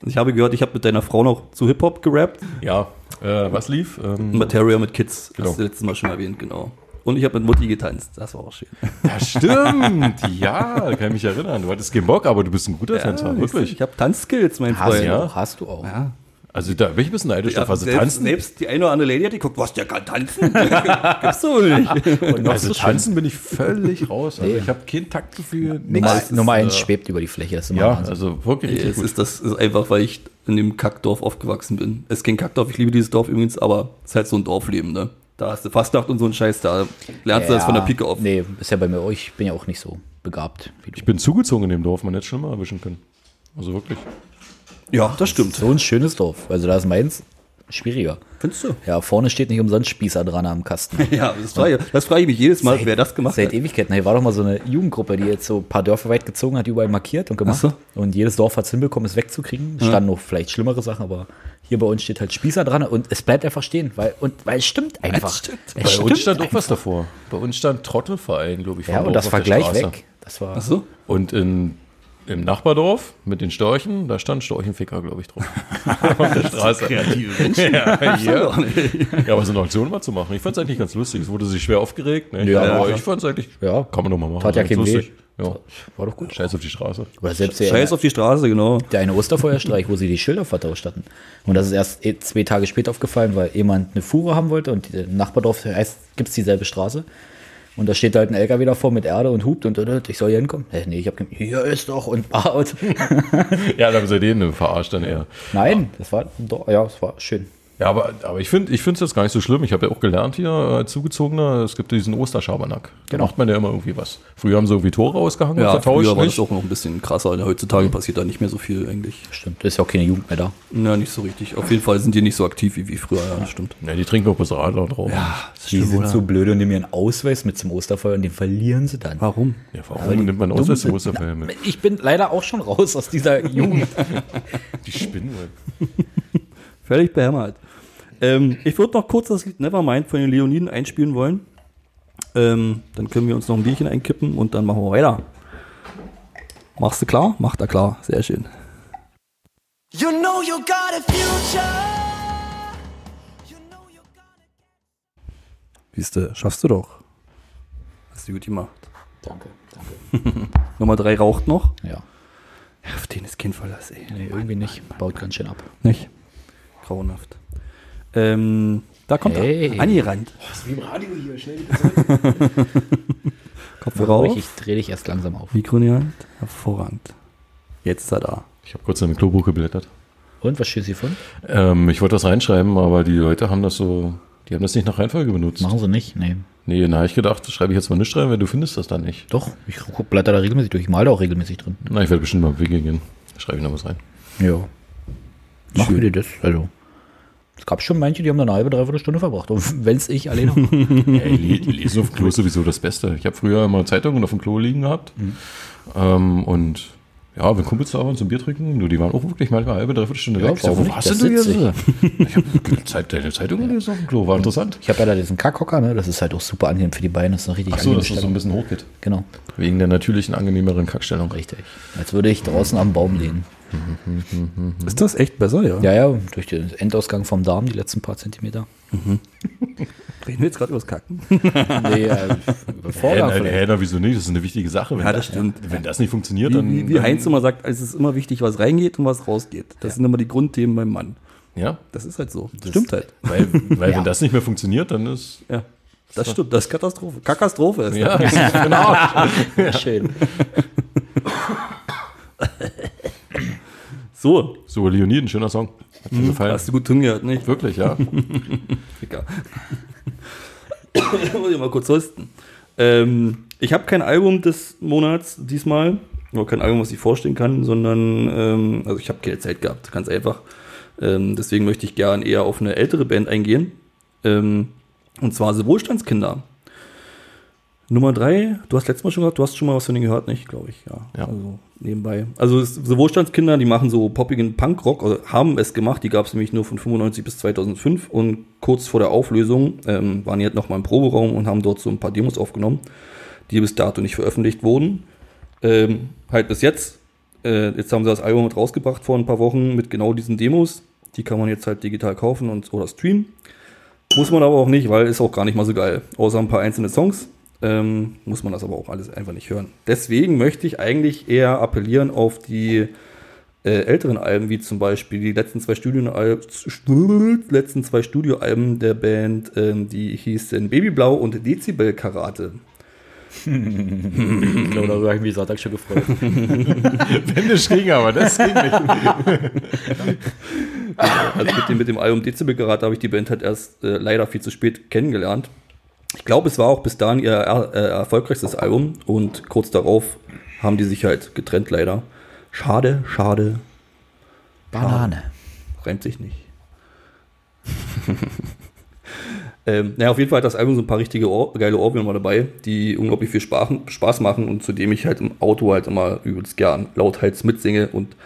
S3: Und ich habe gehört, ich habe mit deiner Frau noch zu Hip-Hop gerappt.
S4: Ja, Äh, was lief? Ähm,
S3: Mhm. Material mit Kids,
S4: Genau.
S3: das letztes Mal schon erwähnt, genau. Und ich habe mit Mutti getanzt, das war auch schön.
S4: [LAUGHS] ja, stimmt. Ja, kann ich mich erinnern. Du hattest keinen Bock, aber du bist ein guter Tänzer,
S3: Ah, Ich,
S4: wirklich.
S3: ich habe Tanzskills, mein
S1: Hast,
S3: Freund.
S1: du
S4: ja.
S1: auch, hast du auch.
S3: Ja.
S4: Also da bin ich ein bisschen neidisch
S3: Ja,
S4: drauf. Also
S3: selbst,
S4: tanzen,
S3: selbst die eine oder andere Lady hat geguckt, was, der kann tanzen? Gibt's doch nicht.
S4: also tanzen bin ich völlig raus. Also ich habe kein Taktgefühl.
S1: Nummer-
S4: nix.
S1: Nummer eins schwebt über die Fläche. Das ist immer
S4: Ja,
S1: Wahnsinn.
S4: also wirklich
S3: Nee,
S4: richtig
S3: es
S4: gut.
S3: ist, das ist einfach, weil ich in dem Kackdorf aufgewachsen bin. Es ist kein Kackdorf, ich liebe dieses Dorf übrigens, aber es ist halt so ein Dorfleben, ne? Da hast du Fastnacht und so ein Scheiß, da lernst du das von der Pike auf.
S1: Nee, ist ja bei mir auch. Ich bin ja auch nicht so begabt wie du.
S4: Ich bin zugezogen in dem Dorf, man hätte schon mal erwischen können. Also wirklich.
S3: Ja, das stimmt.
S1: So ein schönes Dorf. Also da ist meins schwieriger.
S3: Findest du?
S1: Ja, vorne steht nicht umsonst Spießer dran am
S3: [LAUGHS]
S1: Kasten.
S3: Ja, das frage, ich- das frage ich mich jedes Mal, wer das gemacht
S1: Seit
S3: hat.
S1: Ewigkeiten. Hier war doch mal so eine Jugendgruppe, die jetzt so ein paar Dörfer weit gezogen hat, die überall markiert und gemacht.
S3: Ach
S1: Und jedes Dorf hat es hinbekommen, es wegzukriegen. Es Standen noch vielleicht schlimmere Sachen, aber hier bei uns steht halt Spießer dran und es bleibt einfach stehen, weil, und, weil es stimmt einfach.
S3: stimmt.
S1: Es
S4: Bei
S1: stimmt.
S4: uns stand auch was davor. Bei uns stand Trottelverein, glaube ich.
S1: ja,
S4: vorne
S1: und
S4: auch
S1: das
S4: auf
S1: war
S4: der
S1: gleich
S4: Straße.
S1: weg. Das war.
S3: Ach so?
S4: Und in, im Nachbardorf mit den Storchen, da stand Storchenficker, glaube ich, drauf. [LAUGHS] auf der Straße. [LAUGHS] Kreative Menschen. Ja, hier. ja, aber so eine Aktion mal zu machen, ich fand es eigentlich ganz lustig. Es wurde sich schwer aufgeregt. Ne?
S1: Ja.
S4: aber ich fand es eigentlich,
S1: Ja.
S4: kann man doch mal machen.
S1: Tat ja
S4: Ganz
S1: keinem weh.
S4: lustig. Ja.
S1: War doch gut.
S4: Scheiß auf die Straße.
S1: Oder selbst der,
S3: Scheiß auf die Straße, genau.
S1: der eine Osterfeuerstreich, wo sie die Schilder vertauscht hatten. Und das ist erst eh zwei Tage später aufgefallen, weil jemand eine Fuhre haben wollte und im Nachbardorf gibt es dieselbe Straße. Und da steht halt ein LKW davor mit Erde und hupt und, und, und ich soll hier hinkommen. Hä, nee, ich hab ge- hier ist doch und [LAUGHS] out.
S4: Ja, da haben sie den verarscht dann eher.
S1: Nein, das war doch, ja, das war schön.
S4: Ja, aber, aber ich finde es jetzt gar nicht so schlimm. Ich habe ja auch gelernt hier als Zugezogener, es gibt diesen Osterschabernack. Da
S1: Genau.
S4: macht man ja immer irgendwie was. Früher haben sie irgendwie Tore ausgehangen und vertauscht.
S3: früher war das
S4: Nicht.
S3: auch noch ein bisschen krasser. ne? Heutzutage passiert da nicht mehr so viel eigentlich.
S1: Stimmt, ist ja auch keine Jugend mehr da.
S3: Na, nicht so richtig. Auf jeden Fall sind die nicht so aktiv wie, wie früher, ja, das stimmt.
S4: Ja, die trinken auch bloß Radler drauf.
S3: Ah, das
S1: Die sind so blöd und nehmen ihren Ausweis mit zum Osterfeuer und den verlieren sie dann.
S3: Warum?
S4: Ja, warum nimmt man aus als Osterfeuer mit?
S1: Ich bin leider auch schon raus aus [LAUGHS] dieser Jugend.
S4: Die spinnen wohl.
S3: Völlig behämmert. Ähm, ich würde noch kurz das Lied Nevermind von den Leoniden einspielen wollen. Ähm, dann können wir uns noch ein Bierchen einkippen und dann machen wir weiter. Machst du klar? Macht er klar. Sehr schön.
S6: You know you got a future. You know you got a
S3: Siehst du, schaffst du doch. Hast du gut gemacht.
S1: Danke, danke.
S3: Nummer drei raucht noch.
S1: Ja,
S3: Ja, Auf den ist kein Verlass, ey.
S1: nee, irgendwie nicht. Baut ganz schön ab.
S3: Nicht? Grauenhaft. Ähm, da kommt
S1: Hey.
S3: er. Angerannt.
S1: Ruhig,
S3: Oh, ist wie im Radio hier. Schnell
S1: ich
S3: Kopf rauf.
S1: drehe dich erst langsam auf.
S3: Mikro in die Hand. Hervorragend. Jetzt ist er da.
S4: Ich habe kurz in ein Klobuch geblättert.
S1: Und was schießt sie von?
S4: Ähm, ich wollte das reinschreiben, aber die Leute haben das so, die haben das nicht nach Reihenfolge benutzt.
S1: Machen sie nicht? Nee.
S4: Nee, dann habe ich gedacht, das schreibe ich jetzt mal nicht rein, weil du findest das dann nicht.
S1: Doch, ich guck- blätter da regelmäßig durch. Ich mal da auch regelmäßig drin.
S4: Na, ich werde bestimmt mal auf Wege gehen. Da Schreibe ich noch was rein.
S1: Ja. Mach
S3: Schön.
S1: wieder das. Also. Es gab schon manche, die haben da eine halbe, dreiviertel Stunde verbracht. Und [LAUGHS] wenn es ich alleine
S4: Ey, le- lesen auf dem Klo ist sowieso das Beste. Ich habe früher immer Zeitungen auf dem Klo liegen gehabt. Ähm, und ja, wenn Kumpels da waren zum Bier trinken, du, die waren auch wirklich manchmal eine halbe, dreiviertel Stunde
S1: Ja,
S4: weg. Ich sag,
S1: warum
S4: wo
S1: nicht?
S4: warst
S1: Das
S4: denn du
S1: sitzt
S4: hier? Ich habe Zeit, deine Zeitung gelesen auf dem Klo, war interessant.
S1: Ich habe ja da diesen Kackhocker, ne? Das ist halt auch super angenehm für die Beine. Das ist eine richtig
S4: Achso,
S1: angenehme
S4: dass das so
S1: Stellung.
S4: ein bisschen hochgeht.
S1: Genau,
S4: Wegen der natürlichen, angenehmeren Kackstellung.
S1: richtig. Als würde ich draußen am Baum lehnen.
S3: Mhm. Ist das echt besser, ja?
S1: Ja, ja, durch den Endausgang vom Darm, die letzten paar Zentimeter.
S3: Reden wir jetzt gerade über das [LAUGHS] Kacken?
S1: Nee, äh,
S4: Hä,
S1: Vorgang
S4: na,
S1: vielleicht.
S4: hä, na, wieso nicht? Das ist eine wichtige Sache. Wenn
S3: Ja, das stimmt.
S4: Wenn das nicht funktioniert,
S3: Wie,
S4: dann.
S3: wie, wie
S4: dann-
S3: Heinz immer sagt, es ist immer wichtig, was reingeht und was rausgeht. Das sind immer die Grundthemen beim Mann.
S4: Ja.
S3: Das ist halt so. stimmt halt.
S4: Weil, weil
S1: Ja. [LAUGHS]
S4: wenn das nicht mehr funktioniert, dann ist.
S3: Ja. Das stimmt, das ist Katastrophe. Katastrophe ist.
S4: Ja, das ist genau.
S1: Schön.
S3: So,
S4: [LAUGHS] So, Leoniden, schöner Song. Hat mir gefallen.
S3: hast du gut hingehört, nicht?
S4: Wirklich, ja.
S3: [LAUGHS] Ficker. [LAUGHS] Muss ich mal kurz husten. Ähm, ich habe kein Album des Monats diesmal. Oder kein Album, was ich vorstellen kann, sondern ähm, also ich habe keine Zeit gehabt, ganz einfach. Ähm, deswegen möchte ich gern eher auf eine ältere Band eingehen. Ähm, und zwar The Wohlstandskinder. Nummer drei, du hast letztes Mal schon gehabt, du hast schon mal was von denen gehört, nicht, glaube ich, ja.
S4: Ja.
S3: Also nebenbei. Also es- The Wohlstandskinder, die machen so poppigen Punkrock, also haben es gemacht, die gab es nämlich nur von 95 bis 2005 und kurz vor der Auflösung ähm, waren die halt nochmal im Proberaum und haben dort so ein paar Demos aufgenommen, die bis dato nicht veröffentlicht wurden. Ähm, halt bis jetzt. Äh, jetzt haben sie das Album mit rausgebracht vor ein paar Wochen mit genau diesen Demos. Die kann man jetzt halt digital kaufen und oder streamen. Muss man aber auch nicht, weil ist auch gar nicht mal so geil. Außer ein paar einzelne Songs ähm, muss man das aber auch alles einfach nicht hören. Deswegen möchte ich eigentlich eher appellieren auf die äh, älteren Alben, wie zum Beispiel die letzten zwei Studioalben, letzten zwei Studioalben der Band, ähm, die hießen Babyblau und Dezibel Karate.
S1: Ich glaube, darüber habe ich mich Sonntag schon gefreut.
S4: Wenn das ging, aber das ging nicht.
S3: Also mit dem, mit dem Album Dezibel Karate habe ich die Band halt erst äh, leider viel zu spät kennengelernt. Ich glaube, es war auch bis dahin ihr er, äh, erfolgreichstes Album und kurz darauf haben die sich halt getrennt leider. Schade, schade,
S1: [LAUGHS] Banane.
S3: Reimt sich nicht. [LAUGHS] ähm, naja, auf jeden Fall hat das Album so ein paar richtige Ohr, geile Ohrwürmer mal dabei, die unglaublich viel Spaß, Spaß machen und zu dem ich halt im Auto halt immer übelst gern lauthals mitsinge und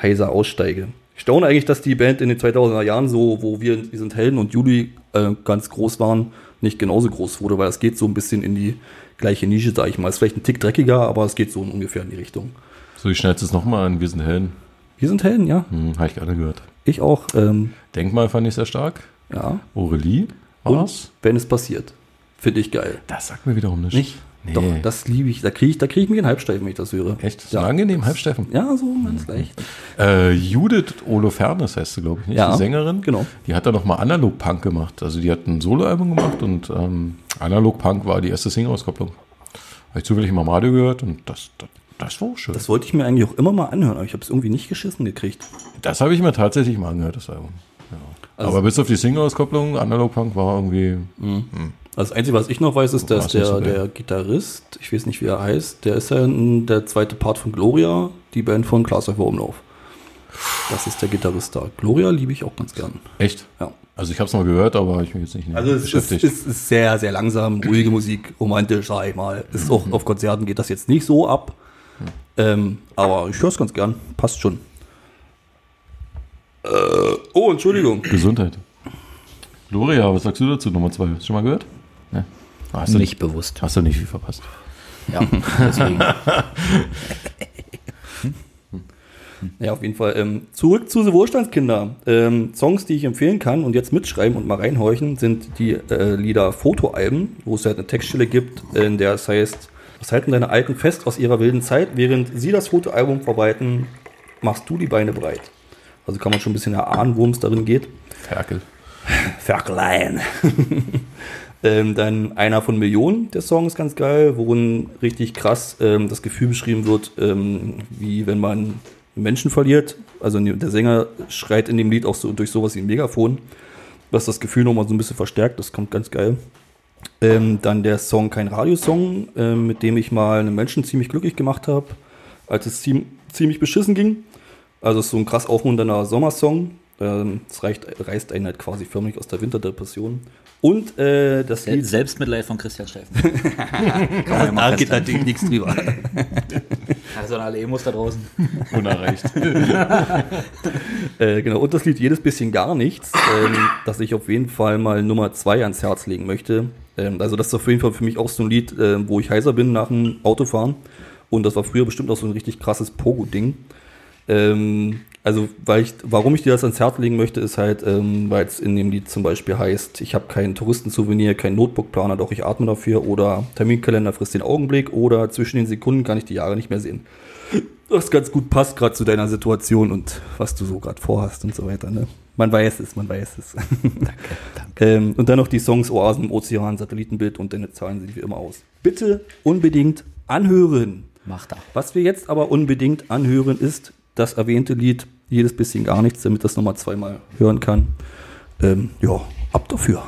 S3: heiser aussteige. Ich staune eigentlich, dass die Band in den 2000er Jahren so, wo wir, wir sind Helden und Juli äh, ganz groß waren, nicht genauso groß wurde, weil das geht so ein bisschen in die gleiche Nische, sag ich mal. Ist vielleicht ein Tick dreckiger, aber es geht so ungefähr in die Richtung.
S4: So, ich schneide es nochmal an. Wir sind Helden.
S3: Wir sind Helden, ja.
S4: Hm, Habe ich gerade gehört.
S3: Ich auch, ähm,
S4: Denkmal fand ich sehr stark.
S3: ja.
S4: Aurelie
S3: Und wenn es passiert, finde ich geil.
S4: Das sagt mir wiederum nichts.
S3: Nicht?
S4: Nee.
S3: Doch, das liebe ich. Da kriege ich, da krieg ich mir einen Halbsteifen, wenn ich das höre.
S4: Echt? So
S3: Ja,
S4: angenehm, Halbsteffen.
S3: ja so ganz
S4: Mhm.
S3: leicht.
S4: Äh, Judith Holofernes heißt sie, glaube ich, nicht?
S3: Ja,
S4: die Sängerin.
S3: genau.
S4: Die hat da nochmal Analog Punk gemacht. Also die hat ein Soloalbum gemacht und ähm, Analog Punk war die erste Single-Auskopplung. Habe ich zufällig mal im Radio gehört und das, das, das war auch schön. Das,
S3: Das wollte ich mir eigentlich auch immer mal anhören, aber ich habe es irgendwie nicht geschissen gekriegt.
S4: habe ich mir tatsächlich mal angehört, das Album. Ja. Aber bis auf die Single-Auskopplung, Analog Punk war irgendwie.
S3: Also das Einzige, was ich noch weiß, ist, dass
S4: War's nicht
S3: der,
S4: so geil.
S3: der Gitarrist, ich weiß nicht, wie er heißt, der ist ja in der zweite Part von Gloria, die Band von Klaas Häufer Umlauf. Das ist der Gitarrist da. Gloria liebe ich auch ganz gern.
S4: Echt?
S3: Ja.
S4: Also ich habe es mal gehört, aber ich bin jetzt nicht
S3: Also es ist,
S4: ne? beschäftigt.
S3: es ist sehr, sehr langsam, ruhige Musik, romantisch, sag ich mal. Es Ist auch, auf Konzerten geht das jetzt nicht so ab. Ähm, aber ich höre es ganz gern. Passt schon. Äh, oh, Entschuldigung.
S4: Gesundheit. Gloria, was sagst du dazu? Nummer zwei. Hast du schon mal gehört? Ne? Hast du
S1: Nicht bewusst.
S4: Hast du nicht viel verpasst.
S1: Ja, deswegen.
S3: Ja, auf jeden Fall. Ähm, zurück zu The Wohlstandskinder. Ähm, Songs, die ich empfehlen kann und jetzt mitschreiben und mal reinhorchen, sind die äh, Lieder Fotoalben, wo es halt eine Textstelle gibt, in der es heißt, was halten deine Alten fest aus ihrer wilden Zeit, während sie das Fotoalbum verwalten, machst du die Beine breit. Also kann man schon ein bisschen erahnen, worum es darin geht.
S4: Ferkel.
S3: Verklein. [LAUGHS] ähm, dann einer von Millionen, der Song ist ganz geil, worin richtig krass ähm, das Gefühl beschrieben wird, ähm, wie wenn man einen Menschen verliert. Also der Sänger schreit in dem Lied auch so durch sowas wie ein Megafon, was das Gefühl nochmal so ein bisschen verstärkt. Das kommt ganz geil. Ähm, dann der Song Kein Radiosong, ähm, mit dem ich mal einen Menschen ziemlich glücklich gemacht habe, als es ziem ziemlich beschissen ging. Also es ist so ein krass aufmunternder Sommersong. Ähm, Es reicht, reißt einen halt quasi förmlich aus der Winterdepression. Und äh, das
S1: Se-
S3: Lied
S1: Selbstmitleid von Christian Steffen.
S3: da, geht natürlich nichts
S1: [LAUGHS]
S3: drüber.
S1: Also an alle Emos da draußen.
S4: Unerreicht.
S3: äh, genau, und das Lied Jedes bisschen gar nichts, ähm, das ich auf jeden Fall mal Nummer 2 ans Herz legen möchte. Ähm, also das ist auf jeden Fall für mich auch so ein Lied, ähm, wo ich heiser bin nach dem Autofahren. Und das war früher bestimmt auch so ein richtig krasses Pogo-Ding. Ähm, also, weil ich, warum ich dir das ans Herz legen möchte, ist halt, ähm, weil es in dem Lied zum Beispiel heißt, ich habe kein Touristensouvenir, kein Notebook-Planer, doch ich atme dafür oder Terminkalender frisst den Augenblick oder zwischen den Sekunden kann ich die Jahre nicht mehr sehen. Das ganz gut passt gerade zu deiner Situation und was du so gerade vorhast und so weiter. Ne? Man weiß es, man weiß es. Ähm, und dann noch die Songs Oasen im Ozean, Satellitenbild und deine Zahlen sehen wie immer aus. Bitte unbedingt anhören.
S1: Macht er.
S3: Was wir jetzt aber unbedingt anhören, ist das erwähnte Lied Jedes bisschen gar nichts, damit das nochmal zweimal hören kann. Ähm, ja, ab dafür.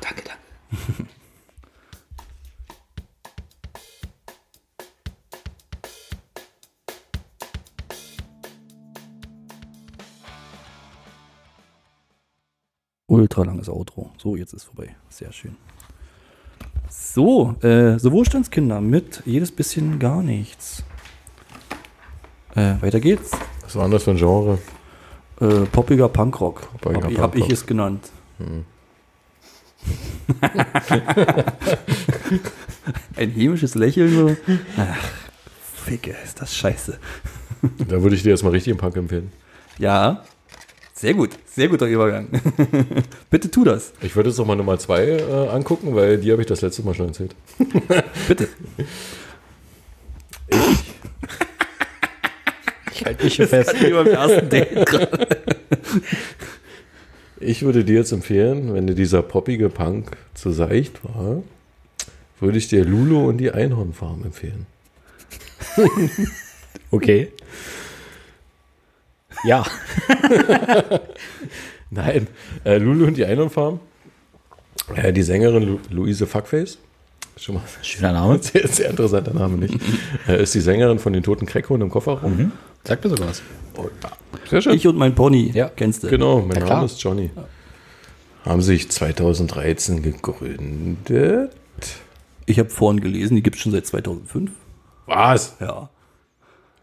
S1: Danke, danke.
S3: Ultra langes Outro. So, jetzt ist vorbei. Sehr schön. So, äh, so Wohlstandskinder mit Jedes bisschen gar nichts. Äh, weiter geht's.
S4: Was war denn das für ein Genre?
S3: Äh, poppiger Punkrock.
S4: Poppiger
S3: Hab, ich- hab ich
S4: Punkrock. Hm.
S3: es genannt. [LAUGHS] Ein hämisches Lächeln. So. Ach, Ficke, ist das scheiße.
S4: Da würde ich dir jetzt mal richtig im Punk empfehlen.
S3: Ja, Sehr gut, sehr guter Übergang. [LAUGHS] Bitte tu das.
S4: Ich würde jetzt nochmal Nummer zwei äh, angucken, weil die habe ich das letzte Mal schon erzählt.
S3: Bitte.
S1: Ich
S3: Halt
S1: halte mich hier fest.
S3: Wie beim ersten [LAUGHS] Date.
S4: Ich würde dir jetzt empfehlen, wenn dir dieser poppige Punk zu seicht war, würde ich dir Lulu und die Einhornfarm [LAUGHS] empfehlen.
S1: Okay. Ja.
S4: Nein, äh, Lulu und die Einhornfarm. Äh, die Sängerin Lu Luise Fuckface. Schon mal [LAUGHS]
S1: Schöner Name.
S4: sehr, sehr interessanter Name, nicht? äh, ist die Sängerin von den Toten Kreckhund im Kofferraum. äh,
S1: Sagt mir sogar was.
S4: Mhm. Sehr schön.
S3: Ich und mein Pony.
S1: Ja,
S3: kennst du.
S4: Genau, mein
S1: Ja, klar.
S4: Name ist Johnny. Haben sich 2013 gegründet.
S3: Ich habe vorhin gelesen, die gibt es schon seit 2005.
S4: Was?
S3: Ja.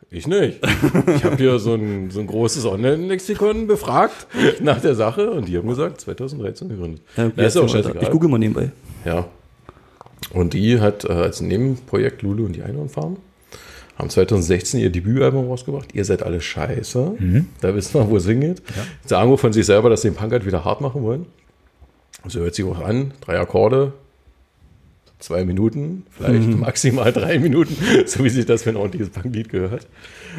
S4: Ich nicht. Ich habe hier so ein, so ein großes Online-Lexikon befragt nach der Sache und die haben gesagt, 2013 gegründet. Na, ist auch scheißegal.
S3: ich google mal nebenbei.
S4: Ja. Und die hat äh, als Nebenprojekt Lulu und die Einhornfarm. Haben 2016 ihr Debütalbum rausgebracht. Ihr seid alle scheiße. Da wissen wir, wo es hingeht. Sagen wir von sich selber, dass sie den Punk halt wieder hart machen wollen. So hört sich auch an. Drei Akkorde, zwei Minuten, vielleicht maximal drei [LAUGHS] Minuten, so wie sich das für ein ordentliches Punklied gehört.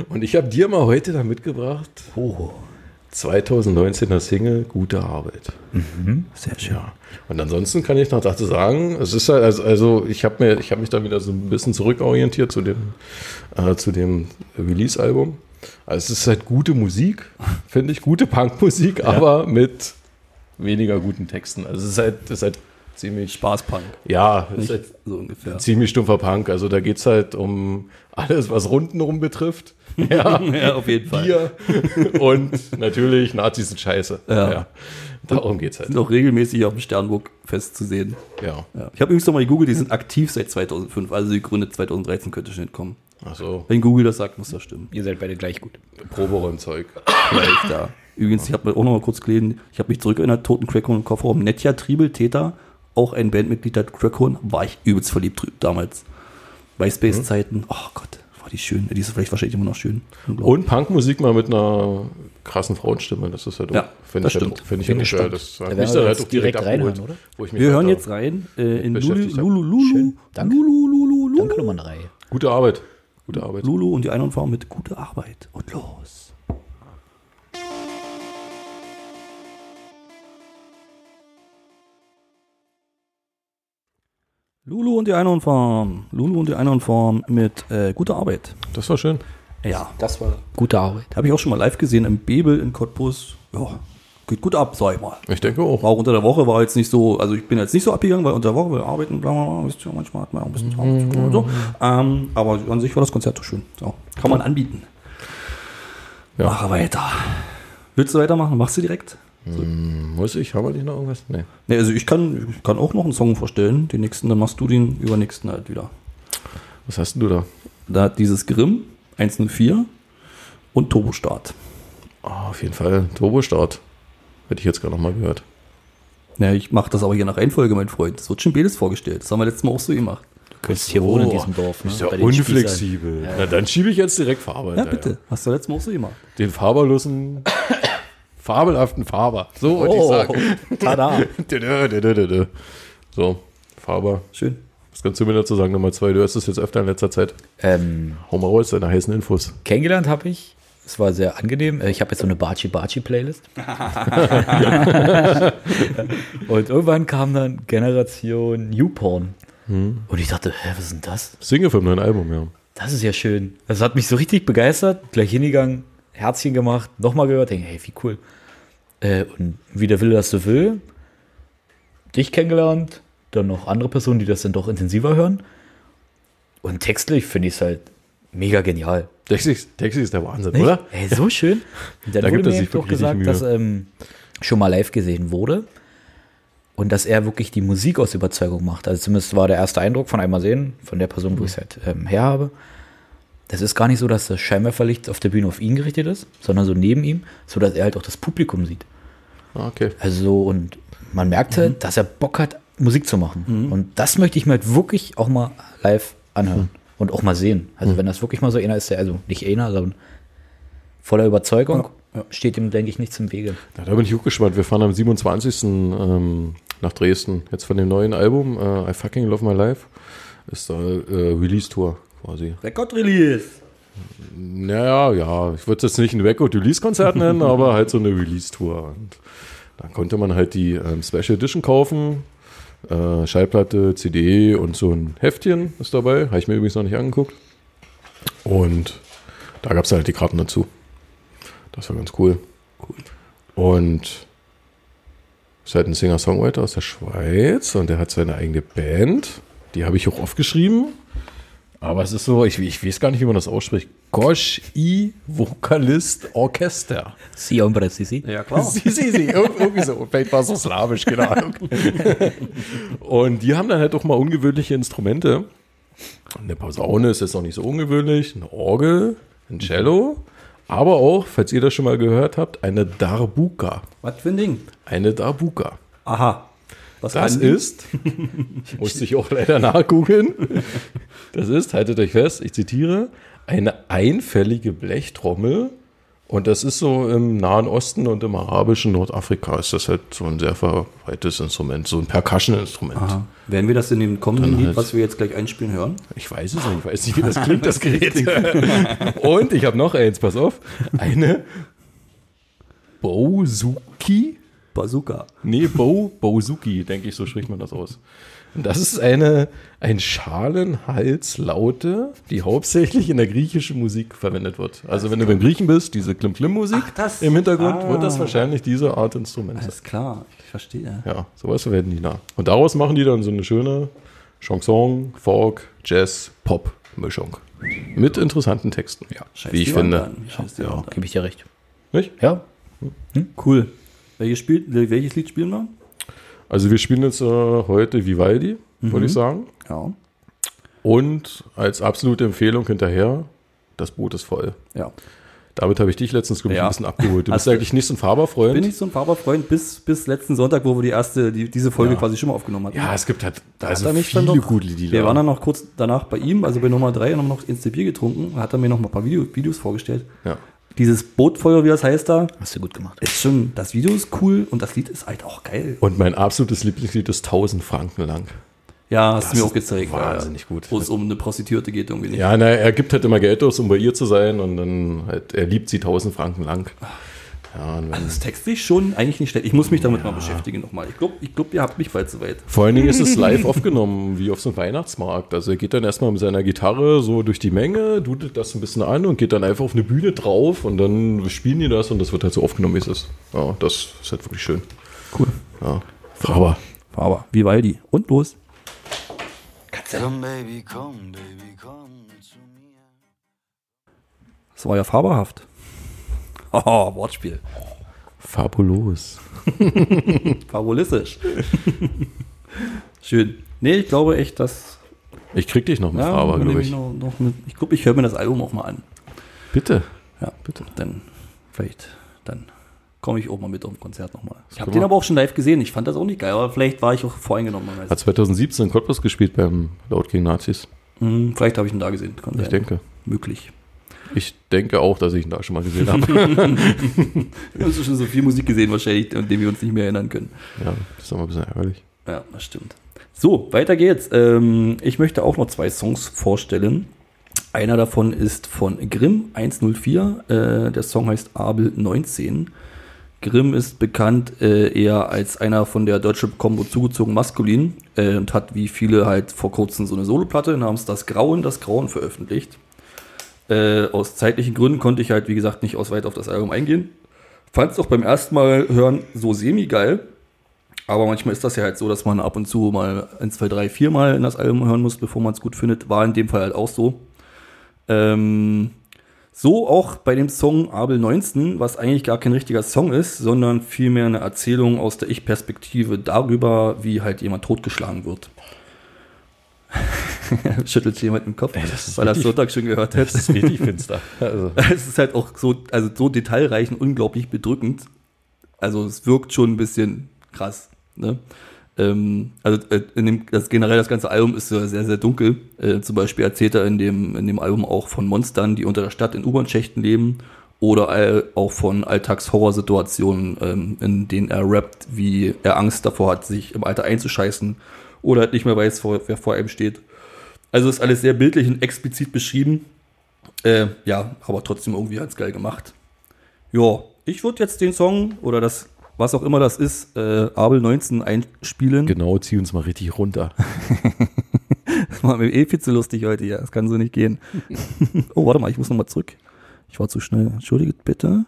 S4: Und ich habe dir mal heute da mitgebracht. 2019er Single, gute Arbeit.
S3: Sehr schön.
S4: Ja. Und ansonsten kann ich noch dazu sagen, es ist halt, also, also ich habe mir, ich habe mich da wieder so ein bisschen zurückorientiert zu dem, äh, zu dem Release-Album. Also es ist halt gute Musik, finde ich, gute Punkmusik, aber mit weniger guten Texten. Also es ist halt, es ist halt ziemlich,
S3: Spaßpunk.
S4: ja, es ist
S3: Nicht
S4: halt
S3: so ungefähr.
S4: ziemlich stumpfer Punk. Also da geht's halt um alles, was rundenrum betrifft. Ja,
S3: [LAUGHS] Ja, auf jeden Fall.
S4: Bier und natürlich Nazis sind scheiße.
S3: Ja.
S4: Darum geht's halt.
S3: Sind auch regelmäßig auf dem Sternburg fest zu sehen.
S4: Ja.
S3: Ja. Ich habe übrigens nochmal gegoogelt, die sind aktiv seit 2005, also die Gründe 2013 könnte schon nicht kommen.
S4: Ach so.
S3: Wenn Google das sagt, muss das stimmen.
S1: Ihr seid beide gleich gut.
S4: Proberäumzeug.
S3: Vielleicht da. Übrigens, ich habe auch nochmal kurz gelesen, ich habe mich zurückerinnert, Toten Crackhorn im Kofferraum, Netja Triebel, Täter, auch ein Bandmitglied der Crackhorn, war ich übelst verliebt drü- damals. MySpace-Zeiten, oh Gott, war die schön. Die ist vielleicht wahrscheinlich immer noch schön.
S4: Und Punkmusik mal mit einer krassen Frauenstimme, das ist halt
S3: Ja,
S4: finde ich,
S3: das
S4: halt,
S3: stimmt.
S4: finde ich halt schwer. Das hat mich dann halt auch direkt abgeholt,
S1: oder?
S4: wo ich mich
S3: Wir
S4: halt
S3: hören
S4: da-
S3: jetzt rein äh, in Lulu,
S4: beschäftigt habe.
S3: Lulu, Lulu,
S1: Danke.
S3: Lulu, Lulu,
S1: Danke
S3: Lulu,
S1: Nummer 3.
S4: oh, Gute Arbeit. Gute Arbeit.
S3: Lulu und die Einhornfarm mit gute Arbeit. Und los. Lulu und die Einhornfarm. Lulu und die Einhornfarm mit äh, guter Arbeit.
S4: Das war schön.
S3: Ja,
S1: Das war gute Arbeit.
S3: da habe ich auch schon mal live gesehen im Bebel in Cottbus. Ja, geht gut ab, sag ich mal.
S4: Ich denke auch.
S3: War auch unter der Woche war jetzt nicht so, also ich bin jetzt nicht so abgegangen, weil unter der Woche wir arbeiten, bla bla bla, wisst ihr, manchmal hat man auch ein bisschen Arbeit zu tun und so. Ähm, aber an sich war das Konzert doch schön. So, kann man anbieten.
S4: Ja.
S3: Mache weiter. Willst du weitermachen? Machst du direkt?
S4: Muss ich? Haben wir nicht noch irgendwas? Nee.
S3: Ne, also ich kann, ich kann auch noch einen Song vorstellen. Den nächsten, dann machst du den übernächsten halt wieder.
S4: Was hast denn du da?
S3: Da hat dieses Grimm 104 und Turbostart.
S4: Ah, auf jeden Fall Turbostart. Hätte ich jetzt gerade nochmal gehört.
S3: Ja, ich mache das aber hier nach Reihenfolge, mein Freund. Das wird schon Bedes vorgestellt. Das haben wir letztes Mal auch so gemacht.
S1: Du könntest hier wohnen in diesem Dorf. Ne?
S4: Oh. Ist ja
S1: Bei den Spießern.
S4: unflexibel. Na, dann schiebe ich jetzt direkt Farbe.
S3: Ja,
S4: hinterher.
S3: bitte. Hast du letztes Mal auch so gemacht.
S4: Den faberlosen, fabelhaften Faber. So wollte
S1: Oh,
S4: ich sagen.
S1: [LAUGHS] tada.
S4: Dö, dö, dö, dö, dö. [LAUGHS] So, Faber.
S3: Schön.
S4: Was kannst du mir dazu sagen, Nummer zwei? Du hörst es jetzt öfter in letzter Zeit.
S1: ähm,
S4: Hau mal raus, deine heißen Infos.
S1: kennengelernt habe ich. Es war sehr angenehm. Äh, Ich habe jetzt so eine Bachi Bachi Playlist. und irgendwann kam dann Generation New Porn. Und ich dachte, hä, was ist denn das?
S4: Single vom neuen Album, ja.
S1: Das ist ja schön. Das hat mich so richtig begeistert. Gleich hingegangen, Herzchen gemacht, nochmal gehört, denke, hey, wie cool. Äh, und wie der will, dass du will. Dich kennengelernt, dann noch andere Personen, die das dann doch intensiver hören. Und textlich finde ich es halt mega genial.
S4: Taxi, ist- Taxi ist der Wahnsinn,
S1: Nicht?
S4: oder?
S1: Ey, so
S4: [LAUGHS]
S1: schön. Und dann
S4: Da gibt
S1: wurde
S4: er
S1: mir
S4: sich
S1: eben doch
S4: wirklich
S1: gesagt,
S4: richtig
S1: dass
S4: Mühe.
S1: ähm, schon mal live gesehen wurde und dass er wirklich die Musik aus Überzeugung macht. Also zumindest war der erste Eindruck von einmal sehen, von der Person, wo ich es
S4: Mhm.
S1: halt ähm, her habe. Das ist gar nicht so, dass das Scheinwerferlicht auf der Bühne auf ihn gerichtet ist, sondern so neben ihm, sodass er halt auch das Publikum sieht.
S4: Ah, okay.
S1: Also so, und man merkt halt, dass er Bock hat, Musik zu machen. Und das möchte ich mir halt wirklich auch mal live anhören und auch mal sehen. Also wenn das wirklich mal so einer ist, der, also nicht einer, sondern voller Überzeugung Steht ihm, denke ich, nichts im Wege.
S4: Ja, da bin ich auch gespannt. Wir fahren am 27. Ähm, nach Dresden. Jetzt von dem neuen Album, äh, I Fucking Love My Life, ist da äh, Release-Tour quasi.
S3: Rekordrelease.
S4: Naja, ja, ich würde es jetzt nicht ein Record-Release-Konzert nennen, aber halt so eine Release-Tour. Und da konnte man halt die ähm, Special Edition kaufen. Äh, Schallplatte, CD und so ein Heftchen ist dabei. Habe ich mir übrigens noch nicht angeguckt. Und da gab es halt die Karten dazu. Das war ganz cool. Und ist halt ein Singer-Songwriter aus der Schweiz und der hat seine eigene Band. Die habe ich auch aufgeschrieben. Aber es ist so, ich, ich weiß gar nicht, wie man das ausspricht. Gosh I Vokalist Orchester.
S1: Si, hombre, si, si.
S3: Ja,
S4: [LAUGHS]
S3: klar.
S4: Sie, sie, sie. Irgend- Irgendwie so. Vielleicht war es so slawisch, keine Ahnung. [LAUGHS] Und die haben dann halt auch mal ungewöhnliche Instrumente. Eine Posaune ist jetzt auch nicht so ungewöhnlich. Eine Orgel, ein Cello. Aber auch, falls ihr das schon mal gehört habt, eine Darbuka.
S3: [LAUGHS] Was für ein Ding?
S4: Eine Darbuka.
S3: Aha. Was
S4: Das
S3: kann die?
S4: ist, musste ich auch leider nachgoogeln, das ist, haltet euch fest, ich zitiere, eine einfällige Blechtrommel. Und das ist so im Nahen Osten und im arabischen Nordafrika ist das halt so ein sehr verbreitetes Instrument, so ein Percussion-Instrument.
S3: Aha. Werden wir das in dem kommenden
S4: Dann
S3: Lied,
S4: halt.
S3: was wir jetzt gleich einspielen, hören?
S4: Ich weiß es nicht, ich weiß nicht, wie das klingt, das Gerät. [LAUGHS] und ich habe noch eins, pass auf, eine Bozuki.
S3: Bazooka.
S4: Nee, Bo, Bozuki, denke ich, so spricht man das aus. Und das ist eine, ein Schalenhalslaute, die hauptsächlich in der griechischen Musik verwendet wird. Also wenn du beim Griechen bist, diese Klim-Klim-Musik
S3: Ach, das-
S4: im Hintergrund,
S3: ah.
S4: wird das wahrscheinlich diese Art Instrument sein.
S3: Alles klar, ich verstehe.
S4: Ja, sowas verwenden die da. Und daraus machen die dann so eine schöne Chanson, Folk, Jazz, Pop-Mischung. Mit interessanten Texten, ja,
S3: Scheiß
S4: wie
S3: die
S4: ich finde.
S3: anderen, scheiß die anderen.
S1: Gebe ich dir recht.
S4: Nicht?
S1: Ja,
S3: Cool. Welches, spielt, welches Lied spielen wir?
S4: Also wir spielen jetzt äh, heute Vivaldi,
S3: Mhm.
S4: würde ich sagen.
S3: Ja.
S4: Und als absolute Empfehlung hinterher, das Boot ist voll.
S3: Ja.
S4: Damit habe ich dich letztens, glaube ich,
S3: Ja.
S4: ein bisschen abgeholt. Du
S3: Hast
S4: bist
S3: du-
S4: eigentlich nicht so ein Faberfreund.
S3: Bin ich so ein Faberfreund bis, bis letzten Sonntag, wo wir die erste, die, diese Folge
S4: Ja.
S3: quasi schon mal aufgenommen hatten.
S4: Ja, es gibt halt da
S3: Hat er
S4: also
S3: mich dann
S4: viele
S3: noch-
S4: gute Lieder.
S3: Wir waren dann noch kurz danach bei ihm, also bei Nummer 3, und haben noch ins Bier getrunken. Hat er mir noch mal ein paar Video, Videos vorgestellt.
S4: ja.
S3: Dieses Bootfeuer, wie das heißt da,
S1: hast du gut gemacht.
S3: ist schon, das Video ist cool und das Lied ist halt auch geil.
S4: Und mein absolutes Lieblingslied ist 1000 Franken lang.
S3: Ja, hast du mir auch
S4: ist
S3: gezeigt.
S4: wahnsinnig
S3: ja.
S4: gut.
S3: Wo es um eine Prostituierte geht irgendwie nicht.
S4: Ja, na, er gibt halt immer Geld aus, um bei ihr zu sein und dann halt, er liebt sie 1000 Franken lang. Ja, und wenn,
S3: Das ist textlich schon eigentlich nicht schlecht. Ich muss mich damit mal beschäftigen nochmal. Ich glaube, ich glaub, ihr habt mich bald soweit.
S4: Vor allen Dingen ist es live aufgenommen, wie auf so einem Weihnachtsmarkt. Also er geht dann erstmal mit seiner Gitarre so durch die Menge, dudelt das ein bisschen an und geht dann einfach auf eine Bühne drauf und dann spielen die das und das wird halt so aufgenommen, wie es ist. Ja, das ist halt wirklich schön.
S3: Cool.
S4: Ja. Aber
S3: Aber Vivaldi. Und los.
S6: Komm, Baby, komm, Baby, komm zu mir.
S3: Das war ja faberhaft. [LAUGHS] Oh, Wortspiel.
S4: fabulos.
S3: [LAUGHS] Fabulistisch. Schön. Nee, ich glaube echt, dass.
S4: Ich krieg dich noch mit Faber,
S3: wenn
S4: glaube
S3: ich
S4: ich.
S3: Noch, noch mit, ich glaube, ich höre mir das Album auch mal an.
S4: Bitte.
S3: Ja, bitte. Dann vielleicht, dann komme ich auch mal mit auf dem Konzert nochmal. Ich habe
S4: können
S3: den
S4: wir-
S3: aber auch schon live gesehen. Ich fand das auch nicht geil, aber vielleicht war ich auch voreingenommen. man weiß.
S4: Hat 2017 in Cottbus gespielt beim Laut gegen Nazis.
S3: Hm, vielleicht habe ich ihn da gesehen. Kann
S4: Ich
S3: sein.
S4: denke.
S3: Möglich.
S4: Ich denke auch, dass ich ihn da schon mal gesehen [LAUGHS] habe.
S3: Wir haben schon so viel Musik gesehen wahrscheinlich, an dem wir uns nicht mehr erinnern können.
S4: ja, das ist aber ein bisschen ärgerlich.
S3: Ja, das stimmt. So, weiter geht's. Ähm, ich möchte auch noch zwei Songs vorstellen. Einer davon ist von Grimm 104. Äh, der Song heißt Abel 19. Grimm ist bekannt äh, eher als einer von der deutschen Combo zugezogen maskulin äh, und hat wie viele halt vor kurzem so eine Soloplatte namens Das Grauen, Das Grauen veröffentlicht. Äh, aus zeitlichen Gründen konnte ich halt, wie gesagt, nicht aus weit auf das Album eingehen. Fand es auch beim ersten Mal hören so semi-geil. Aber manchmal ist das ja halt so, dass man ab und zu mal ein, zwei, drei, vier Mal in das Album hören muss, bevor man es gut findet. War in dem Fall halt auch so. Ähm, so auch bei dem Song Abel 19, was eigentlich gar kein richtiger Song ist, sondern vielmehr eine Erzählung aus der Ich-Perspektive darüber, wie halt jemand totgeschlagen wird. [LAUGHS] Schüttelt jemand im Kopf, weil er es Sonntag schon gehört hat.
S4: ist richtig finster. [LAUGHS] Also.
S3: Es ist halt auch so, also so detailreich und unglaublich bedrückend. Also es wirkt schon ein bisschen krass. Ne? Ähm, also äh, in dem, das, generell das ganze Album ist ja sehr, sehr dunkel. Äh, zum Beispiel erzählt er in dem, in dem Album auch von Monstern, die unter der Stadt in U-Bahn-Schächten leben oder all- auch von Alltagshorrorsituationen, ähm, in denen er rappt, wie er Angst davor hat, sich im Alter einzuscheißen oder halt nicht mehr weiß, vor, wer vor einem steht. Also ist alles sehr bildlich und explizit beschrieben. Äh, ja, aber trotzdem irgendwie ganz geil gemacht. Ja, ich würde jetzt den Song oder das, was auch immer das ist, äh, Abel 19 einspielen.
S4: Genau, zieh uns mal richtig runter.
S3: [LAUGHS] War mir eh viel zu lustig heute, ja. Das kann so nicht gehen. oh, warte mal, ich muss nochmal zurück. Ich war zu schnell. Entschuldigt bitte.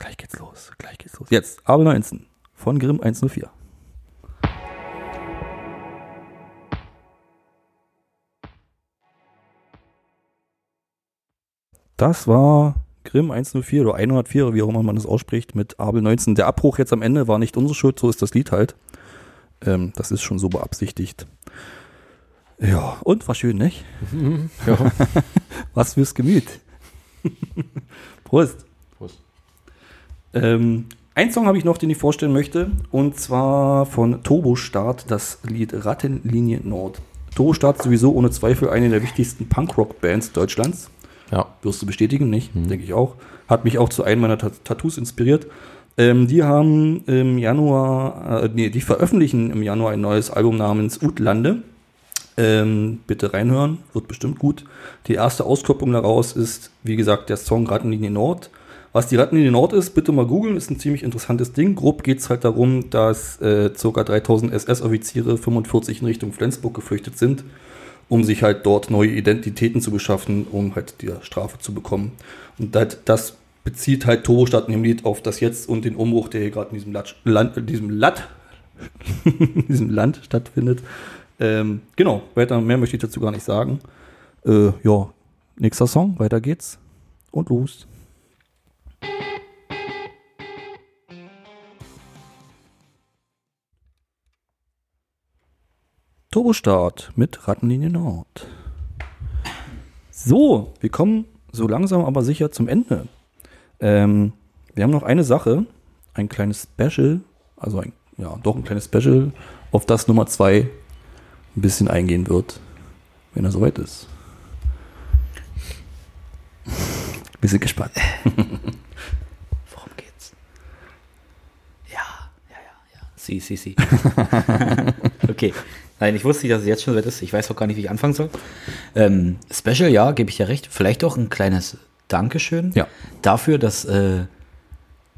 S3: Gleich geht's los. Gleich geht's los. Jetzt, Abel 19 von Grimm 104. Das war Grimm 104 oder 104, wie auch immer man das ausspricht, mit Abel 19. Der Abbruch jetzt am Ende war nicht unsere Schuld, so ist das Lied halt. Ähm, das ist schon so beabsichtigt. Ja, und war schön, nicht?
S4: [LAUGHS]
S3: Was fürs Gemüt. [LAUGHS] Prost.
S4: Prost.
S3: Ähm, ein Song habe ich noch, den ich vorstellen möchte, und zwar von Turbo Start, das Lied Rattenlinie Nord. Turbo Start sowieso ohne Zweifel eine der wichtigsten Punkrock-Bands Deutschlands.
S4: Ja.
S3: Wirst du bestätigen, nicht? Denke ich auch. Hat mich auch zu einem meiner Tat- Tattoos inspiriert. Ähm, die haben im Januar, äh, nee, die veröffentlichen im Januar ein neues Album namens Utlande. Ähm, bitte reinhören, wird bestimmt gut. Die erste Auskopplung daraus ist, wie gesagt, der Song Rattenlinie Nord. Was die Rattenlinie Nord ist, bitte mal googeln, ist ein ziemlich interessantes Ding. Grob geht es halt darum, dass äh, ca. 3000 SS-Offiziere 45 in Richtung Flensburg geflüchtet sind um sich halt dort neue Identitäten zu beschaffen, um halt die Strafe zu bekommen. Und das, das bezieht halt Turbostadt in dem Lied auf das Jetzt und den Umbruch, der hier gerade in diesem Latsch- Land, in diesem Land, [LAUGHS] in diesem Land stattfindet. Ähm, genau, weiter mehr möchte ich dazu gar nicht sagen. Äh, ja, nächster Song, weiter geht's und los. Turbostart mit Rattenlinie Nord. So, wir kommen so langsam aber sicher zum Ende. Ähm, wir haben noch eine Sache, ein kleines Special, also ein, ja, doch ein kleines Special, auf das Nummer 2 ein bisschen eingehen wird, wenn er soweit ist. Wir sind gespannt.
S1: Worum geht's? Ja, ja, ja, ja. Sie, sie, [LAUGHS] sie. okay. Nein, ich wusste nicht, dass es jetzt schon so weit ist. Ich weiß auch gar nicht, wie ich anfangen soll. Ähm, Special, ja, gebe ich dir recht. Vielleicht auch ein kleines Dankeschön
S3: Ja.
S1: dafür, dass äh,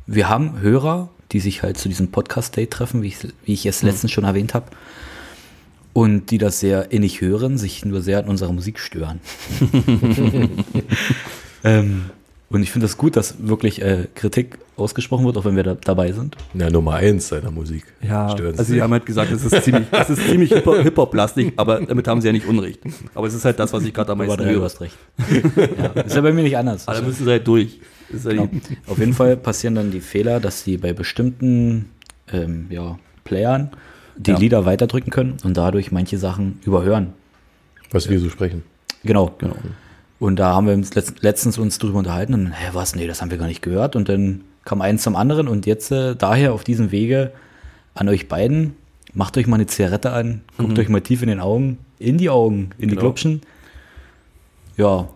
S1: wir haben Hörer, die sich halt zu diesem Podcast-Day treffen, wie ich, wie ich es letztens schon erwähnt habe. Und die das sehr innig hören, sich nur sehr an unserer Musik stören. ähm, und ich finde das gut, dass wirklich äh, Kritik ausgesprochen wird, auch wenn wir da, dabei sind.
S4: Na, Nummer eins seiner Musik.
S3: Ja,
S4: Stören's
S3: also sie
S4: nicht.
S3: haben halt gesagt, es ist ziemlich, es ist [LAUGHS] ziemlich Hip-Hop- Hip-Hop-lastig, aber damit haben sie ja nicht Unrecht. Aber es ist halt das, was ich gerade am meisten
S1: da
S3: höre.
S1: hast
S3: [LAUGHS]
S1: recht. ja, ist Genau. ja bei mir nicht anders.
S3: Aber da müssen sie halt durch. Das ist ja die-
S1: Auf jeden Fall passieren dann die Fehler, dass sie bei bestimmten ähm, ja, Playern die
S3: Ja.
S1: Lieder weiterdrücken können und dadurch manche Sachen überhören.
S4: Was wir so sprechen.
S1: Genau. genau. Und da haben wir uns letzt, letztens uns drüber unterhalten und hä, was? Nee, das haben wir gar nicht gehört. Und dann kam eins zum anderen und jetzt äh, daher auf diesem Wege an euch beiden, macht euch mal eine Zigarette an, guckt euch mal tief in den Augen, in die Augen, in die Glubschen. Ja,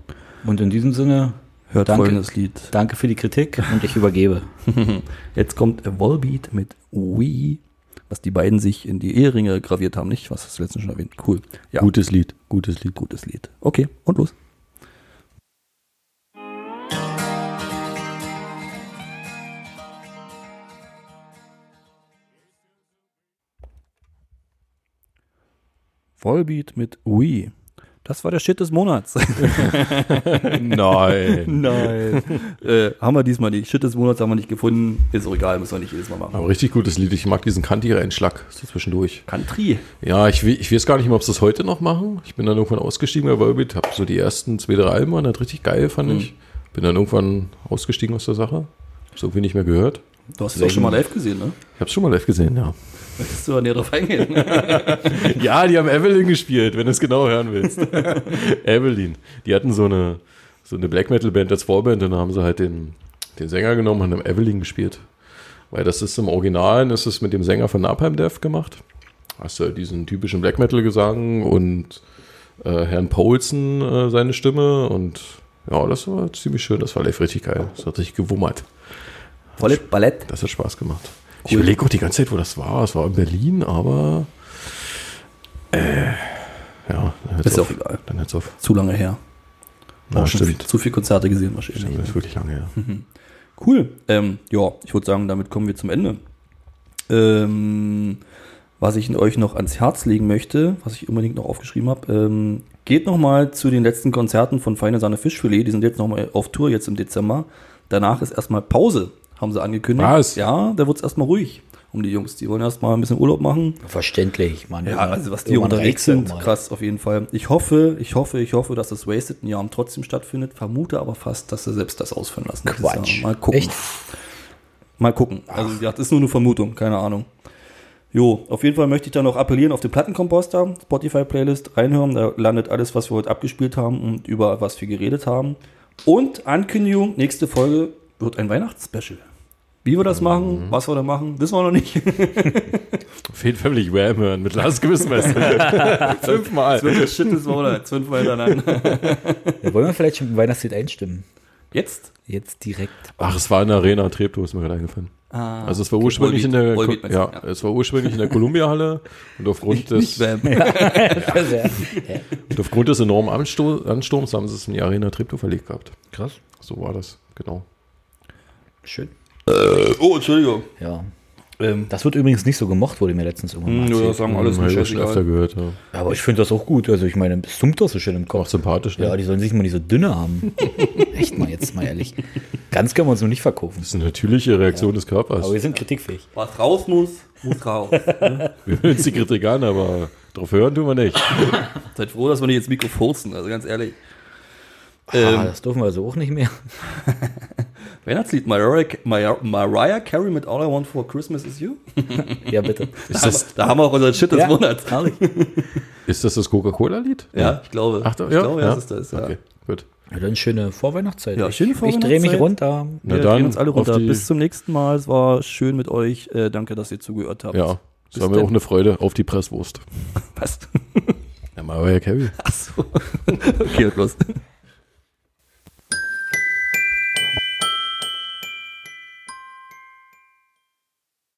S1: und in diesem Sinne,
S3: Hört
S1: Danke.
S3: folgendes Lied.
S1: danke für die Kritik und ich übergebe.
S3: Jetzt kommt Wallbeat mit We, was die beiden sich in die Eheringe graviert haben, nicht? Was hast du letztens schon erwähnt? Cool. Ja,
S4: Gutes Lied, gutes Lied.
S3: gutes Lied. Okay, und los. Wallbeat mit We. Das war der Shit des Monats.
S4: Nein.
S3: Nein. [LAUGHS] äh, haben wir diesmal nicht. Shit des Monats haben wir nicht gefunden. Ist auch egal, müssen wir nicht jedes Mal
S4: [LAUGHS]
S3: machen.
S4: Aber richtig gutes Lied. Ich mag diesen Kanti-Einschlag so zwischendurch.
S3: Country.
S4: Ja, ich, we- ich weiß gar nicht mehr, ob sie das heute noch machen. Ich bin dann irgendwann ausgestiegen bei Volbeat, hab so die ersten zwei, drei Alben waren halt richtig geil, fand ich. Bin dann irgendwann ausgestiegen aus der Sache. Hab's irgendwie nicht mehr gehört.
S3: Du hast es auch schon mal live gesehen, [LAUGHS] ne?
S4: Ich hab's schon mal live gesehen, ja.
S3: Bist du da näher drauf eingehen?
S4: [LAUGHS] Ja, die haben Evelyn gespielt, wenn du es genau hören willst. Evelyn. Die hatten so eine, so eine Black Metal Band als Vorband und dann haben sie halt den, den Sänger genommen und haben Evelyn gespielt. Weil das ist im Original, das ist mit dem Sänger von Napalm Death gemacht. Hast du diesen typischen Black Metal Gesang und äh, Herrn Paulsen äh, seine Stimme und Ja, das war ziemlich schön. Das war live richtig geil. Das hat richtig gewummert.
S3: Volle Ballett.
S4: Das hat Spaß gemacht. Ich überlege auch die ganze Zeit, wo das war. Es war in Berlin, aber. Äh, ja, dann hört's
S3: Ist
S4: auf.
S3: auch egal.
S4: Dann hört's auf.
S3: Zu lange her.
S4: Na,
S3: Auch schon
S4: stimmt.
S3: Zu viel Konzerte gesehen wahrscheinlich.
S4: Das ist wirklich lange her.
S3: Cool. Ähm, ja, ich würde sagen, damit kommen wir zum Ende. Ähm, was ich euch noch ans Herz legen möchte, was ich unbedingt noch aufgeschrieben habe, ähm, geht nochmal zu den letzten Konzerten von Feine Sahne Fischfilet. Die sind jetzt nochmal auf Tour jetzt im Dezember. Danach ist erstmal Pause, haben sie angekündigt.
S4: Was?
S3: Ja, da wird es erstmal ruhig um die Jungs. Die wollen erstmal ein bisschen Urlaub machen.
S1: Verständlich, Mann.
S3: Ja, also was die
S1: Irgendwann reicht's
S3: unterwegs
S1: ja auch
S3: sind,
S1: mal.
S3: krass auf jeden Fall. Ich hoffe, ich hoffe, ich hoffe, dass das Wasted in Jahren trotzdem stattfindet. Vermute aber fast, dass sie selbst das ausführen lassen. Das ist
S1: Quatsch.
S3: ja- Mal gucken.
S1: Echt?
S3: Mal gucken. Also das ist nur eine Vermutung, keine Ahnung. Jo, auf jeden Fall möchte ich da noch appellieren auf den Plattenkomposter, Spotify-Playlist, reinhören. Da landet alles, was wir heute abgespielt haben und über was wir geredet haben. Und Ankündigung, nächste Folge wird ein Weihnachtsspecial. Wie wir das machen, was wir da machen, wissen wir noch [LAUGHS] nicht.
S4: Auf jeden Fall will ich Wham hören mit Lars Gewissmeister. [LAUGHS] Fünfmal.
S3: Wirklich Shit ist oder fünfmal hintereinander.
S1: Ja, wollen wir vielleicht schon im Weihnachtslied einstimmen?
S3: Jetzt?
S1: Jetzt [LAUGHS] direkt.
S4: Ach, es war in der Arena Treptow, ist mir gerade eingefallen. also es war ursprünglich in der
S3: Volbeat meinst du,
S4: ja,
S3: ja.
S4: es war ursprünglich in der Columbia-Halle und aufgrund des und aufgrund des enormen Ansto Ansturms haben sie es in die Arena Treptow verlegt gehabt.
S1: Krass.
S4: So war das, genau.
S1: Schön.
S3: Oh, Entschuldigung.
S1: Ja.
S3: Ähm,
S1: Das wird übrigens nicht so gemocht, wurde mir letztens irgendwann mal
S3: ja,
S1: erzählt.
S3: das haben alles
S4: Hm, hab
S3: nicht
S4: ich auch schon öfter
S3: scheißegal.
S4: gehört, ja.
S1: Aber ich finde das auch gut. Also ich meine, es summt doch so schön im
S4: Auch
S1: Kopf.
S4: sympathisch, ne?
S1: Ja, die sollen sich mal nicht so dünne haben. Echt mal, jetzt mal ehrlich. Ganz können wir uns noch nicht verkaufen.
S4: Das ist eine natürliche Reaktion des Körpers.
S1: Aber wir sind kritikfähig.
S3: Was raus muss, muss raus.
S4: Wir hören uns die Kritik an, aber drauf hören tun wir nicht.
S3: [LAUGHS] Seid froh, dass wir nicht ins Mikro furzen, also ganz ehrlich.
S1: ah,
S3: Ähm,
S1: das dürfen wir also auch nicht mehr.
S3: Weihnachtslied Mariah, Mariah, Mariah Carey mit All I Want for Christmas Is You.
S1: Ja, bitte.
S4: Ist das
S3: Da haben wir auch unseren Shit des
S1: Ja,
S3: Monats.
S1: herrlich.
S4: ist das, das Coca-Cola-Lied?
S3: Ja, ich glaube.
S4: Ach, da,
S3: ich
S4: ja,
S3: glaube,
S4: ja.
S3: das ist das. Ja.
S4: Okay, gut.
S1: Ja, dann schöne Vorweihnachtszeit.
S3: Ja, schöne
S1: Ich- Ich drehe mich
S3: Vorweihnachtszeit.
S1: runter.
S4: Na
S3: wir
S4: dann,
S3: drehen uns alle
S4: auf
S3: runter.
S4: die-
S3: Bis zum nächsten Mal. Es war schön mit euch. Äh, danke, dass ihr zugehört habt.
S4: Ja, das
S3: Bis
S4: war mir
S3: denn.
S4: auch eine Freude. Auf die Presswurst.
S3: [LAUGHS] Passt.
S4: Ja, Mariah Carey.
S3: Achso. okay, los.